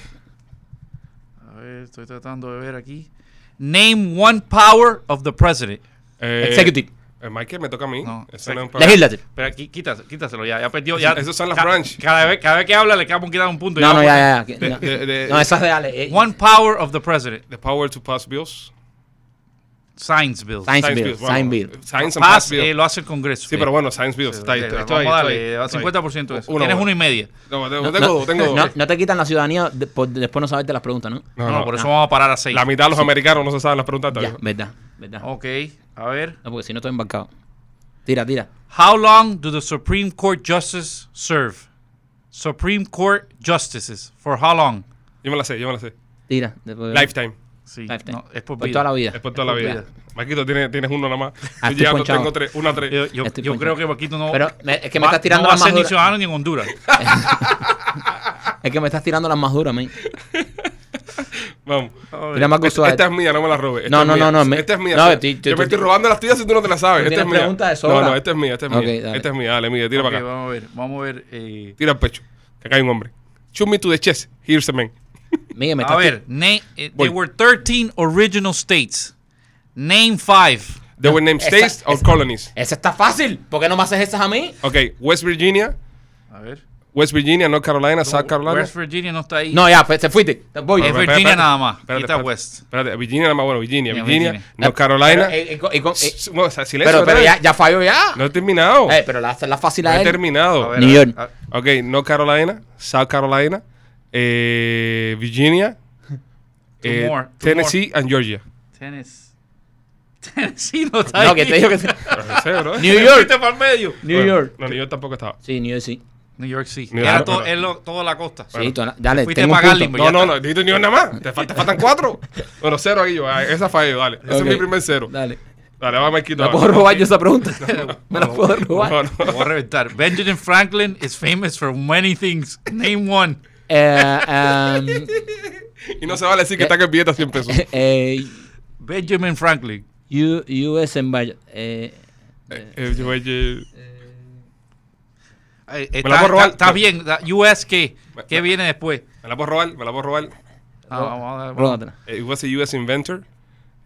[SPEAKER 3] A ver, estoy tratando de ver aquí. Name one power of the president.
[SPEAKER 1] Eh,
[SPEAKER 2] Executive.
[SPEAKER 1] Executive. Eh, Michael, me toca a mí.
[SPEAKER 3] No,
[SPEAKER 1] Ese
[SPEAKER 3] sí.
[SPEAKER 1] no es un programa.
[SPEAKER 2] Legislate.
[SPEAKER 3] Pero aquí, quítaselo, quítaselo ya, ya perdió. Ya,
[SPEAKER 1] Esas son las
[SPEAKER 3] ca-
[SPEAKER 1] branch.
[SPEAKER 3] Cada vez, cada vez que habla le acabamos quitando un punto.
[SPEAKER 2] No, no,
[SPEAKER 3] vamos-
[SPEAKER 2] ya, ya. ya. No,
[SPEAKER 1] De- de- de-
[SPEAKER 2] No, esa es de Ale. eh,
[SPEAKER 3] One power of the president.
[SPEAKER 1] The power to pass bills.
[SPEAKER 3] Science bill.
[SPEAKER 2] Science Bill.
[SPEAKER 1] bueno,
[SPEAKER 2] Science Bill.
[SPEAKER 1] Science and pass
[SPEAKER 3] Pass, eh,
[SPEAKER 1] bills.
[SPEAKER 3] lo hace el Congreso. Eh,
[SPEAKER 1] Sí, pero bueno, science bills. Está ahí.
[SPEAKER 3] Vamos
[SPEAKER 1] Estoy ahí.
[SPEAKER 3] a
[SPEAKER 1] estoy
[SPEAKER 3] darle, eh,
[SPEAKER 1] ahí, estoy ahí.
[SPEAKER 3] 50% de eso.
[SPEAKER 1] Una
[SPEAKER 3] Tienes
[SPEAKER 1] buena.
[SPEAKER 3] uno y media.
[SPEAKER 1] No,
[SPEAKER 2] No,
[SPEAKER 1] tengo, tengo,
[SPEAKER 2] no,
[SPEAKER 1] dos, tengo.
[SPEAKER 2] no,
[SPEAKER 1] dos.
[SPEAKER 2] no te quitan la ciudadanía de- por- después no saberte las preguntas, ¿no?
[SPEAKER 1] No,
[SPEAKER 3] No,
[SPEAKER 1] no.
[SPEAKER 3] por eso vamos a parar a 6.
[SPEAKER 1] La mitad de los americanos no se saben las preguntas.
[SPEAKER 2] Ya,
[SPEAKER 1] todavía.
[SPEAKER 2] verdad, verdad.
[SPEAKER 1] Oh.
[SPEAKER 3] Ok, a ver.
[SPEAKER 2] No, porque si no estoy embarcado. Tira, tira.
[SPEAKER 3] How long do the Supreme Court justices serve? Supreme Court justices. For how long?
[SPEAKER 1] Yo me la sé, yo me la sé.
[SPEAKER 2] Tira. después-
[SPEAKER 1] Lifetime.
[SPEAKER 3] Sí,
[SPEAKER 2] Lifetime.
[SPEAKER 3] no, es por,
[SPEAKER 2] Por
[SPEAKER 3] vida.
[SPEAKER 2] toda la vida.
[SPEAKER 1] Es por toda la
[SPEAKER 3] por
[SPEAKER 1] vida. Maquito, tienes, tienes uno nada más.
[SPEAKER 2] Ah,
[SPEAKER 1] Yo ya
[SPEAKER 2] estoy
[SPEAKER 1] no
[SPEAKER 2] ponchado.
[SPEAKER 1] tengo tres. Una,
[SPEAKER 3] Yo,
[SPEAKER 1] tres.
[SPEAKER 3] yo-
[SPEAKER 2] Estoy
[SPEAKER 3] yo
[SPEAKER 2] ponchado.
[SPEAKER 3] creo que Paquito no,
[SPEAKER 2] Pero me- es que me estás tirando
[SPEAKER 3] no va a
[SPEAKER 2] las más
[SPEAKER 3] ser ni
[SPEAKER 2] duras.
[SPEAKER 3] ciudadano ni en Honduras.
[SPEAKER 2] Es que me estás tirando las más duras, man.
[SPEAKER 1] Vamos.
[SPEAKER 2] Tira más
[SPEAKER 1] Esta,
[SPEAKER 2] cosas.
[SPEAKER 1] esta es mía, no me la robes. Esta
[SPEAKER 2] No,
[SPEAKER 1] es
[SPEAKER 2] no,
[SPEAKER 1] mía.
[SPEAKER 2] no, no, me-
[SPEAKER 1] Esta es mía.
[SPEAKER 2] no,
[SPEAKER 1] Esta-
[SPEAKER 2] ti- ti-
[SPEAKER 1] yo me
[SPEAKER 2] ti-
[SPEAKER 1] estoy robando las tuyas si tú no te las sabes.
[SPEAKER 2] Tú
[SPEAKER 1] Esta es
[SPEAKER 2] tienes
[SPEAKER 1] mía.
[SPEAKER 2] preguntas de
[SPEAKER 1] no,
[SPEAKER 2] sobra.
[SPEAKER 1] no, esta es mía, esta es mía.
[SPEAKER 2] Ok, dale.
[SPEAKER 1] esta es mía, dale, mía, tira
[SPEAKER 3] Ok,
[SPEAKER 1] para acá.
[SPEAKER 3] vamos a ver, vamos a ver. eh,
[SPEAKER 1] Tira al pecho. Que acá hay un hombre. Shoot me to the chest. Here's a man.
[SPEAKER 2] Mira, me
[SPEAKER 3] a
[SPEAKER 2] estás
[SPEAKER 3] ver, na- eh,
[SPEAKER 1] Voy.
[SPEAKER 3] there were 13 original states. Name five.
[SPEAKER 1] There were named
[SPEAKER 2] esa-
[SPEAKER 1] states or
[SPEAKER 2] esa-
[SPEAKER 1] colonies.
[SPEAKER 2] Esa está fácil. ¿Por qué no me haces esas a mí?
[SPEAKER 1] Ok, West Virginia,
[SPEAKER 3] A ver.
[SPEAKER 1] West Virginia, North Carolina, South Carolina.
[SPEAKER 3] West Virginia no está ahí.
[SPEAKER 2] No, ya, pues, te fuiste. Te voy.
[SPEAKER 3] Eh,
[SPEAKER 1] Espérate,
[SPEAKER 3] Virginia
[SPEAKER 1] espérate,
[SPEAKER 3] nada más,
[SPEAKER 1] espérate,
[SPEAKER 3] quita
[SPEAKER 1] espérate.
[SPEAKER 3] West.
[SPEAKER 1] Espérate, Virginia nada más, bueno, Virginia,
[SPEAKER 3] Ya,
[SPEAKER 1] Virginia,
[SPEAKER 3] Virginia.
[SPEAKER 1] North Carolina.
[SPEAKER 2] Eh, eh, co- eh, co- eh,
[SPEAKER 1] S- no, o sea, silencio.
[SPEAKER 2] pero pero
[SPEAKER 1] espérate.
[SPEAKER 2] ya, ya falló ya.
[SPEAKER 1] No he terminado.
[SPEAKER 2] Eh, pero la, la fácil
[SPEAKER 1] no he
[SPEAKER 2] a él.
[SPEAKER 3] Oh. A
[SPEAKER 1] terminado.
[SPEAKER 3] ver,
[SPEAKER 2] New
[SPEAKER 3] a-
[SPEAKER 2] York.
[SPEAKER 3] a-
[SPEAKER 1] Ok, North Carolina, South Carolina, eh, Virginia,
[SPEAKER 3] Two
[SPEAKER 1] eh,
[SPEAKER 3] more, two
[SPEAKER 1] Tennessee and Georgia.
[SPEAKER 3] Tennis. Tennessee no está ahí.
[SPEAKER 2] No, que te digo que.
[SPEAKER 1] No sé, bro.
[SPEAKER 2] New
[SPEAKER 3] Te
[SPEAKER 2] York.
[SPEAKER 3] fuiste para el medio.
[SPEAKER 2] New York.
[SPEAKER 1] No, New York tampoco estaba.
[SPEAKER 3] Pues
[SPEAKER 2] Sí, New York, sí.
[SPEAKER 3] New York sí.
[SPEAKER 1] New
[SPEAKER 3] Era
[SPEAKER 1] York,
[SPEAKER 3] todo,
[SPEAKER 1] pero-
[SPEAKER 3] es lo- toda la costa.
[SPEAKER 2] Sí, tú- dale,
[SPEAKER 3] Fuiste
[SPEAKER 2] tengo
[SPEAKER 3] a
[SPEAKER 2] un
[SPEAKER 3] pagar
[SPEAKER 2] punto.
[SPEAKER 3] Pues ya
[SPEAKER 1] No, no,
[SPEAKER 3] está.
[SPEAKER 1] no, dijiste New York nada más. Te, fal- te faltan cuatro. Bueno, cero ahí yo. ah, Esa fallé, dale. Ese
[SPEAKER 2] Ok.
[SPEAKER 1] es mi primer cero. Dale,
[SPEAKER 2] Dale.
[SPEAKER 1] vamos a quitar.
[SPEAKER 2] ¿La puedo robar yo esa pregunta? Me la puedo robar.
[SPEAKER 1] No,
[SPEAKER 3] Lo
[SPEAKER 1] no.
[SPEAKER 3] voy a reventar. Benjamin Franklin is famous for many things. Name one.
[SPEAKER 2] Eh, um,
[SPEAKER 1] Y no se vale decir que está que billete a 100 pesos.
[SPEAKER 2] eh,
[SPEAKER 3] Benjamin Franklin.
[SPEAKER 2] U- US Embayo- eh,
[SPEAKER 1] Eh, yo, eh,
[SPEAKER 3] Eh,
[SPEAKER 1] la puedo
[SPEAKER 3] Está,
[SPEAKER 1] robar?
[SPEAKER 3] está- está bien. La US qué? ¿Qué viene después?
[SPEAKER 1] Me la puedo robar, me la puedo robar.
[SPEAKER 3] Ah, vamos a ver, vamos.
[SPEAKER 2] róbatela.
[SPEAKER 1] Eh, It was a US inventor.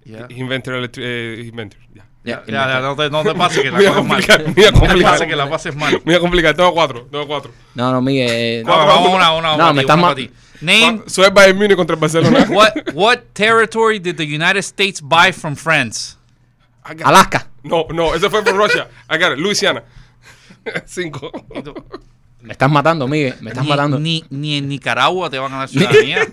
[SPEAKER 3] Ya.
[SPEAKER 1] He invented electri- eh, inventor. Ya.
[SPEAKER 2] Ya,
[SPEAKER 3] Ya, ya, no te, no te pases que la
[SPEAKER 1] Voy a
[SPEAKER 3] pases mal.
[SPEAKER 1] complicar, voy a
[SPEAKER 3] No te pases
[SPEAKER 1] complicar.
[SPEAKER 3] que la pases mal.
[SPEAKER 1] Me voy a complicar. Tengo cuatro, tengo cuatro.
[SPEAKER 2] No, no, Miguel. eh,
[SPEAKER 3] Vamos, vamos, una, una,
[SPEAKER 2] No,
[SPEAKER 3] una,
[SPEAKER 2] me estás
[SPEAKER 3] para ti, una
[SPEAKER 2] ma-
[SPEAKER 3] para ti. Name,
[SPEAKER 1] Soy el Bayern Múnich contra el Barcelona.
[SPEAKER 3] what, what territory did the United States buy from France?
[SPEAKER 1] I got-
[SPEAKER 2] Alaska.
[SPEAKER 1] No, no, eso fue por Russia. I got it. Luisiana. Cinco.
[SPEAKER 2] Me estás matando, Miguel. Me estás
[SPEAKER 3] ni,
[SPEAKER 2] matando.
[SPEAKER 3] Ni, ni en Nicaragua te van a dar ciudadanía.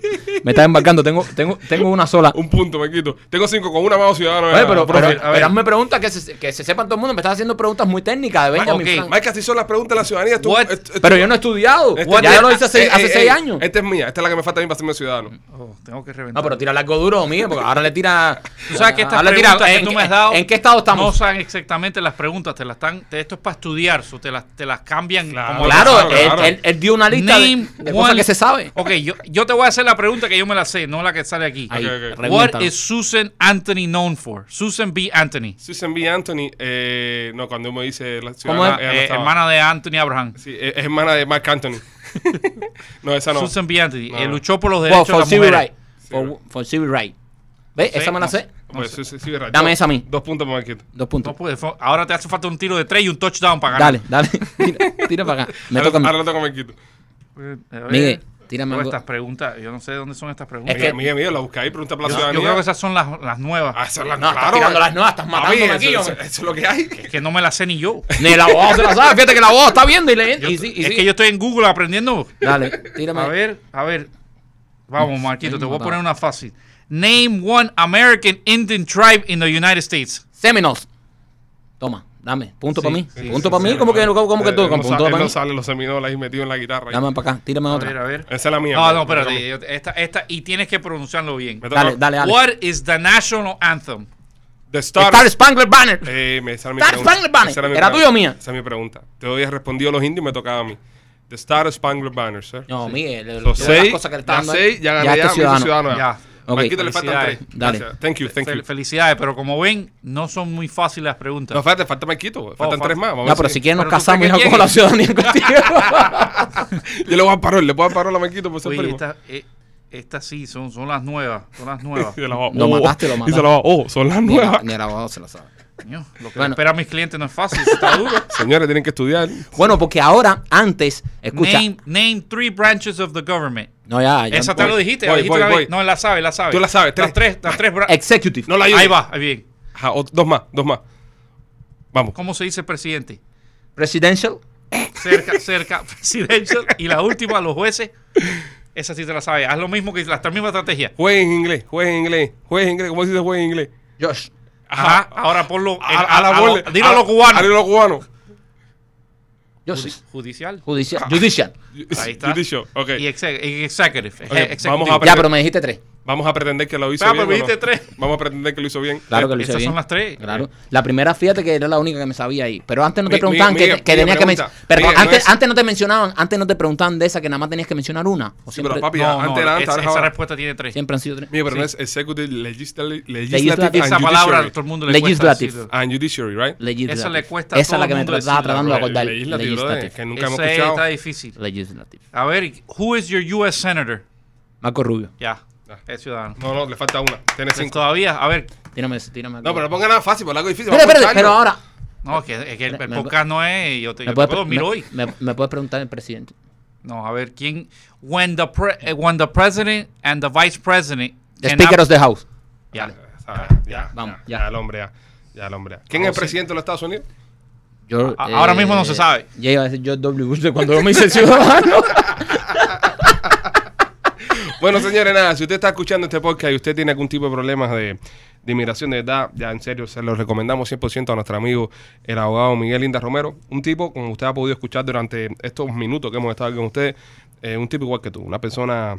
[SPEAKER 2] Me estás embarcando. Tengo, tengo, tengo una sola.
[SPEAKER 1] Un punto, me quito. Tengo cinco con una más ciudadano.
[SPEAKER 2] Oye, pero, pero,
[SPEAKER 3] a ver.
[SPEAKER 2] pero hazme preguntas que se, que se sepan todo el mundo. Me estás haciendo preguntas muy técnicas de Benjamin
[SPEAKER 3] Ok.
[SPEAKER 2] Franklin.
[SPEAKER 1] Mike, así son las preguntas de la ciudadanía. Tú,
[SPEAKER 3] What?
[SPEAKER 1] est- est-
[SPEAKER 2] Pero yo no he estudiado.
[SPEAKER 1] este-
[SPEAKER 2] ya
[SPEAKER 1] eh,
[SPEAKER 2] yo lo hice hace,
[SPEAKER 1] eh,
[SPEAKER 2] hace
[SPEAKER 1] eh,
[SPEAKER 2] seis
[SPEAKER 1] eh,
[SPEAKER 2] años.
[SPEAKER 1] Esta es mía. Esta es la que me falta a mí para serme ciudadano.
[SPEAKER 3] Oh, tengo que reventar.
[SPEAKER 2] No, pero tira algo duro, Miguel, porque ahora le tira.
[SPEAKER 3] Tú sabes que estas
[SPEAKER 2] ahora le tira,
[SPEAKER 3] preguntas que
[SPEAKER 2] ¿en
[SPEAKER 3] tú
[SPEAKER 2] qué-
[SPEAKER 3] me has dado
[SPEAKER 2] ¿En qué estado
[SPEAKER 3] no
[SPEAKER 2] estamos?
[SPEAKER 3] saben exactamente las preguntas. Te las están, te- esto es para estudiar. so te, las, te las cambian
[SPEAKER 1] Claro.
[SPEAKER 3] como
[SPEAKER 2] claro,
[SPEAKER 1] Claro,
[SPEAKER 2] él,
[SPEAKER 1] claro.
[SPEAKER 2] Él, él dio una lista de-
[SPEAKER 3] Name
[SPEAKER 2] de, cosas
[SPEAKER 3] one-
[SPEAKER 2] que se sabe.
[SPEAKER 3] Ok, yo, yo te voy a hacer la pregunta que yo me la sé, no la que sale aquí.
[SPEAKER 2] Ahí,
[SPEAKER 1] Ok, ok.
[SPEAKER 3] What
[SPEAKER 2] reviéntalo.
[SPEAKER 3] is Susan Anthony known for? Susan B. Anthony.
[SPEAKER 1] Susan B. Anthony. Eh, no, cuando me dice la
[SPEAKER 2] ¿Cómo
[SPEAKER 1] ciudadana.
[SPEAKER 2] es?
[SPEAKER 1] ella no
[SPEAKER 3] Eh,
[SPEAKER 1] estaba.
[SPEAKER 3] hermana de Anthony Abraham.
[SPEAKER 1] Sí, eh, es hermana de Mark Anthony. no, esa no.
[SPEAKER 3] Susan B. Anthony.
[SPEAKER 1] No,
[SPEAKER 3] eh,
[SPEAKER 1] no.
[SPEAKER 3] luchó por los
[SPEAKER 2] For,
[SPEAKER 3] derechos de
[SPEAKER 2] for
[SPEAKER 3] las
[SPEAKER 2] civil
[SPEAKER 3] mujeres.
[SPEAKER 2] right. For, for civil right. ¿Ves?
[SPEAKER 3] Sí,
[SPEAKER 2] Esa me la
[SPEAKER 3] no.
[SPEAKER 2] sé.
[SPEAKER 1] Pues, sí, sí, sí, verdad.
[SPEAKER 2] Dame
[SPEAKER 1] Dos-
[SPEAKER 2] esa a mí.
[SPEAKER 1] Dos puntos para Marquito.
[SPEAKER 2] Dos puntos.
[SPEAKER 3] No puede, fue- ahora te hace falta un tiro de tres y un touchdown para ganar.
[SPEAKER 2] dale, dale. Tira, tira para acá. Me
[SPEAKER 1] ahora,
[SPEAKER 2] toca a mí.
[SPEAKER 1] ahora le toca a Marquito.
[SPEAKER 3] Eh, a ver.
[SPEAKER 2] Miguel, tírame
[SPEAKER 3] Todas
[SPEAKER 2] algo.
[SPEAKER 3] estas preguntas, yo no sé de dónde son estas preguntas.
[SPEAKER 2] Es
[SPEAKER 1] Miguel,
[SPEAKER 2] que-
[SPEAKER 1] Miguel, Miguel, la busca ahí, pregunta para la
[SPEAKER 3] yo,
[SPEAKER 1] ciudadanía.
[SPEAKER 3] yo creo que esas son las, las nuevas.
[SPEAKER 1] Ah, esa es la-
[SPEAKER 2] No, estás
[SPEAKER 1] claro,
[SPEAKER 2] tirando
[SPEAKER 1] eh.
[SPEAKER 2] las nuevas, estás
[SPEAKER 1] Papi,
[SPEAKER 2] matándome
[SPEAKER 1] eso-
[SPEAKER 2] aquí,
[SPEAKER 1] Eso,
[SPEAKER 2] hombre.
[SPEAKER 1] eso es lo que hay.
[SPEAKER 3] Es que no me las sé ni yo.
[SPEAKER 2] Ni la abogado se la sabe. Fíjate que la abogado está viendo y leyendo. Y sí, y
[SPEAKER 3] es
[SPEAKER 2] sí.
[SPEAKER 3] que yo estoy en Google aprendiendo.
[SPEAKER 2] Dale, tírame.
[SPEAKER 3] A ver, a ver. Vamos, Marquito, te voy a
[SPEAKER 2] matado.
[SPEAKER 3] poner una fácil. Name one American Indian tribe in the United States.
[SPEAKER 2] Seminos. Toma, dame. Punto para mí.
[SPEAKER 3] sí,
[SPEAKER 2] punto
[SPEAKER 1] sí,
[SPEAKER 2] para mí.
[SPEAKER 1] sí,
[SPEAKER 2] ¿Cómo
[SPEAKER 1] sí.
[SPEAKER 2] que, ¿cómo que
[SPEAKER 1] Eh,
[SPEAKER 2] tú?
[SPEAKER 1] él
[SPEAKER 2] Con
[SPEAKER 1] no
[SPEAKER 2] punto
[SPEAKER 1] sale- él
[SPEAKER 2] para mí.
[SPEAKER 1] no sale los seminoles ahí metidos en la guitarra. ahí.
[SPEAKER 2] Dame para acá. Tírame
[SPEAKER 3] A
[SPEAKER 2] otra.
[SPEAKER 3] ver, a ver.
[SPEAKER 1] Esa es la mía.
[SPEAKER 3] Ah, No, no,
[SPEAKER 1] pero
[SPEAKER 3] espérate. yo- Esta, esta, y tienes que pronunciarlo bien.
[SPEAKER 1] Me toca-
[SPEAKER 2] Dale, dale, ah. dale.
[SPEAKER 3] What is the national anthem?
[SPEAKER 1] The Star.
[SPEAKER 2] Star Spangler Banner.
[SPEAKER 1] Eh, me- esa era mi
[SPEAKER 2] Star
[SPEAKER 1] pregunta.
[SPEAKER 2] Spangled Banner.
[SPEAKER 1] Esa mi
[SPEAKER 2] ¿Era
[SPEAKER 1] pregunta.
[SPEAKER 2] tuyo o mía?
[SPEAKER 1] Esa es mi pregunta. Te habías respondido a los indios y me tocaba a mí. The Star Spangled Banner, sir.
[SPEAKER 2] No, Miguel. le-
[SPEAKER 1] So,
[SPEAKER 2] todas las
[SPEAKER 1] seis,
[SPEAKER 2] cosas que le está
[SPEAKER 1] ya
[SPEAKER 2] dando ahí.
[SPEAKER 1] seis, ya gané
[SPEAKER 2] Ya
[SPEAKER 1] ya,
[SPEAKER 2] este
[SPEAKER 1] me hice
[SPEAKER 2] ciudadano.
[SPEAKER 1] ciudadano.
[SPEAKER 3] Ya.
[SPEAKER 2] Ok.
[SPEAKER 1] Marquito, le faltan tres.
[SPEAKER 3] Felicidades.
[SPEAKER 2] Dale.
[SPEAKER 1] Gracias. Thank you, thank
[SPEAKER 3] Fel-
[SPEAKER 1] you.
[SPEAKER 3] felicidades, pero como ven, no son muy fáciles las preguntas.
[SPEAKER 1] No, espérate, falta Marquito. Faltan
[SPEAKER 3] falta-
[SPEAKER 1] tres más. Vamos a
[SPEAKER 2] No,
[SPEAKER 1] ver
[SPEAKER 2] pero
[SPEAKER 1] si-
[SPEAKER 2] si quieren nos
[SPEAKER 3] Pero tú
[SPEAKER 2] casamos y
[SPEAKER 3] crees
[SPEAKER 2] nos
[SPEAKER 3] que
[SPEAKER 2] cojo la
[SPEAKER 3] llegue.
[SPEAKER 2] ciudadanía contigo.
[SPEAKER 1] Yo le voy a dar parol, le puedo dar parol a Marquito por ser
[SPEAKER 3] Oye,
[SPEAKER 1] primo.
[SPEAKER 3] estas sí, son, son las nuevas. Son las nuevas.
[SPEAKER 1] Y se la va-
[SPEAKER 2] Lo
[SPEAKER 1] oh,
[SPEAKER 2] mataste, lo
[SPEAKER 1] Y se la va- oh, son las
[SPEAKER 2] Ni el-
[SPEAKER 1] nuevas.
[SPEAKER 2] Ni el abogado se lo sabe.
[SPEAKER 3] Coño, lo que
[SPEAKER 2] Bueno.
[SPEAKER 3] me espera a mis clientes no es fácil, eso está duro.
[SPEAKER 1] Señores, tienen que estudiar.
[SPEAKER 2] Bueno, porque ahora, antes, escucha.
[SPEAKER 3] Name, name three branches of the government.
[SPEAKER 2] No, ya, ya.
[SPEAKER 3] Esa te lo dijiste, la
[SPEAKER 1] voy,
[SPEAKER 3] dijiste
[SPEAKER 1] voy,
[SPEAKER 3] una vez.
[SPEAKER 1] voy.
[SPEAKER 3] No, la sabe, la sabe.
[SPEAKER 1] Tú la sabes,
[SPEAKER 3] Las
[SPEAKER 1] tres. Eh,
[SPEAKER 3] tres, las tres bra-
[SPEAKER 2] Executive.
[SPEAKER 1] No la ayudes.
[SPEAKER 3] Ahí va, ahí bien.
[SPEAKER 1] Ajá, ot- dos más, dos más. Vamos.
[SPEAKER 3] ¿Cómo se dice presidente?
[SPEAKER 2] Presidential.
[SPEAKER 3] Cerca, cerca, presidential. Y la última, los jueces. Esa sí te la sabe. Haz lo mismo que la, la misma estrategia.
[SPEAKER 1] Juez en inglés, juez en inglés, juez en inglés. ¿Cómo se dice juez en inglés?
[SPEAKER 2] Josh.
[SPEAKER 3] Ajá. Ahora ponlo. en-
[SPEAKER 1] A, a la
[SPEAKER 3] a lo-
[SPEAKER 1] bola.
[SPEAKER 3] Dilo a los
[SPEAKER 1] A
[SPEAKER 3] cubanos.
[SPEAKER 1] los cubanos.
[SPEAKER 2] Josh.
[SPEAKER 3] Judicial.
[SPEAKER 2] Judicial.
[SPEAKER 1] Ah.
[SPEAKER 2] Judicial.
[SPEAKER 3] Ahí está.
[SPEAKER 1] Judicial, ok.
[SPEAKER 3] Y exec- y executive.
[SPEAKER 1] Ok,
[SPEAKER 3] Executivo.
[SPEAKER 1] vamos a-
[SPEAKER 2] Ya, pero me dijiste tres.
[SPEAKER 1] Vamos a pretender que lo hizo
[SPEAKER 3] Ah,
[SPEAKER 1] bien.
[SPEAKER 3] pero
[SPEAKER 1] ¿o no?
[SPEAKER 3] dijiste tres.
[SPEAKER 1] Vamos a pretender que lo hizo bien.
[SPEAKER 2] Claro que lo hice
[SPEAKER 3] Esas
[SPEAKER 2] bien. Eh,
[SPEAKER 3] son las tres.
[SPEAKER 2] Claro. La primera, fíjate que era la única que me sabía ahí. Pero antes no te
[SPEAKER 1] Mi-
[SPEAKER 2] preguntaban
[SPEAKER 1] mi-
[SPEAKER 2] que,
[SPEAKER 1] Miguel,
[SPEAKER 2] que
[SPEAKER 1] Miguel,
[SPEAKER 2] tenías que
[SPEAKER 1] pregunta.
[SPEAKER 2] mencionar. Pero
[SPEAKER 1] Miguel, no
[SPEAKER 2] antes,
[SPEAKER 1] es-
[SPEAKER 2] antes no te mencionaban, antes no te preguntaban de esa que nada más tenías que mencionar una. O
[SPEAKER 1] Sí,
[SPEAKER 2] siempre,
[SPEAKER 1] pero papi,
[SPEAKER 3] No, no,
[SPEAKER 1] antes era antes,
[SPEAKER 3] esa,
[SPEAKER 1] ahora es
[SPEAKER 3] esa
[SPEAKER 1] ahora.
[SPEAKER 3] respuesta tiene tres.
[SPEAKER 2] siempre han sido tres.
[SPEAKER 1] Mira, pero no
[SPEAKER 3] Sí.
[SPEAKER 1] es executive, legislative,
[SPEAKER 2] Legislative.
[SPEAKER 1] legislative
[SPEAKER 3] Esa
[SPEAKER 1] and
[SPEAKER 3] palabra
[SPEAKER 1] judiciary.
[SPEAKER 3] todo el mundo le cuesta
[SPEAKER 2] Legislative.
[SPEAKER 3] decirlo.
[SPEAKER 1] And judiciary, right? Eh,
[SPEAKER 2] Legislative.
[SPEAKER 3] Eso le cuesta a
[SPEAKER 2] Esa es
[SPEAKER 3] todo
[SPEAKER 2] la que me
[SPEAKER 3] el mundo
[SPEAKER 2] estaba
[SPEAKER 3] decirlo,
[SPEAKER 2] tratando de
[SPEAKER 3] bro.
[SPEAKER 2] acordar.
[SPEAKER 1] Legislative, brother, que
[SPEAKER 2] Legislative.
[SPEAKER 1] nunca hemos
[SPEAKER 3] Esa es- está
[SPEAKER 1] escuchado.
[SPEAKER 3] difícil.
[SPEAKER 2] Legislative.
[SPEAKER 3] A ver, who is your U.S. senator?
[SPEAKER 2] Marco Rubio.
[SPEAKER 3] Ya,
[SPEAKER 1] Ya.
[SPEAKER 3] es ciudadano.
[SPEAKER 1] No, no, le falta una. Tiene
[SPEAKER 3] Entonces,
[SPEAKER 1] cinco.
[SPEAKER 3] todavía, a ver,
[SPEAKER 2] Tírame, tírame.
[SPEAKER 1] No, pero pongan nada fácil, por algo difícil.
[SPEAKER 2] Espera,
[SPEAKER 1] Vamos a
[SPEAKER 2] espera, pero
[SPEAKER 1] buscarlo.
[SPEAKER 2] ahora.
[SPEAKER 3] no, es que, es que el,
[SPEAKER 2] Me-
[SPEAKER 3] el
[SPEAKER 2] me-
[SPEAKER 3] podcast no es. Yo te,
[SPEAKER 2] ¿Me
[SPEAKER 3] yo
[SPEAKER 2] puedes,
[SPEAKER 3] te puedo
[SPEAKER 2] pre-
[SPEAKER 3] dormir
[SPEAKER 2] me-
[SPEAKER 3] hoy.
[SPEAKER 2] me- me puedes preguntar el presidente?
[SPEAKER 3] No, a ver, ¿quién? When the, pre- eh, when the president and the vice president.
[SPEAKER 2] The
[SPEAKER 3] cannot-
[SPEAKER 2] Speaker of the House.
[SPEAKER 3] Ya.
[SPEAKER 1] Ah, Ya,
[SPEAKER 2] Vamos,
[SPEAKER 1] ya.
[SPEAKER 2] ya.
[SPEAKER 1] Ya, el hombre, ya. Ya, el hombre, ya. ¿Quién es el
[SPEAKER 3] Vamos, sí.
[SPEAKER 1] presidente de los Estados Unidos?
[SPEAKER 2] Yo, eh,
[SPEAKER 3] A- ahora mismo no se sabe.
[SPEAKER 2] Ya iba a decir George W. Bush cuando yo me hice ciudadano.
[SPEAKER 1] Bueno, señores, nada, si usted está escuchando este podcast y usted tiene algún tipo de problemas de, de inmigración de edad, ya en serio, se los recomendamos 100% a nuestro amigo, el abogado Miguel Linda Romero. Un tipo, como usted ha podido escuchar durante estos minutos que hemos estado aquí con usted, eh, un tipo igual que tú, una persona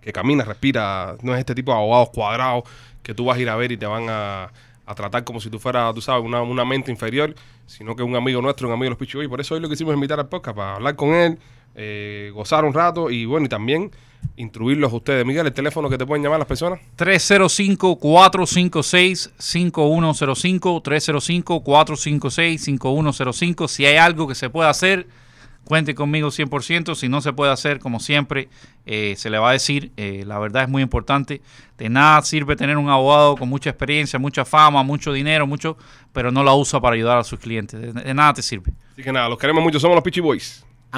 [SPEAKER 1] que camina, respira, no es este tipo de abogados cuadrados que tú vas a ir a ver y te van a, a tratar como si tú fueras, tú sabes, una, una mente inferior, sino que un amigo nuestro, un amigo de los Pichu. Y por eso hoy lo que hicimos es invitar al podcast para hablar con él, eh, gozar un rato y bueno, y también instruirlos a ustedes. Miguel, el teléfono que te pueden llamar las personas.
[SPEAKER 3] 305-456-5105. 305-456-5105. Si hay algo que se pueda hacer, cuente conmigo 100%. Si no se puede hacer, como siempre, eh, se le va a decir. Eh, la verdad es muy importante. De nada sirve tener un abogado con mucha experiencia, mucha fama, mucho dinero, mucho, pero no la usa para ayudar a sus clientes. De- de nada te sirve.
[SPEAKER 1] Así que nada, los queremos mucho, somos los Pichu Boys.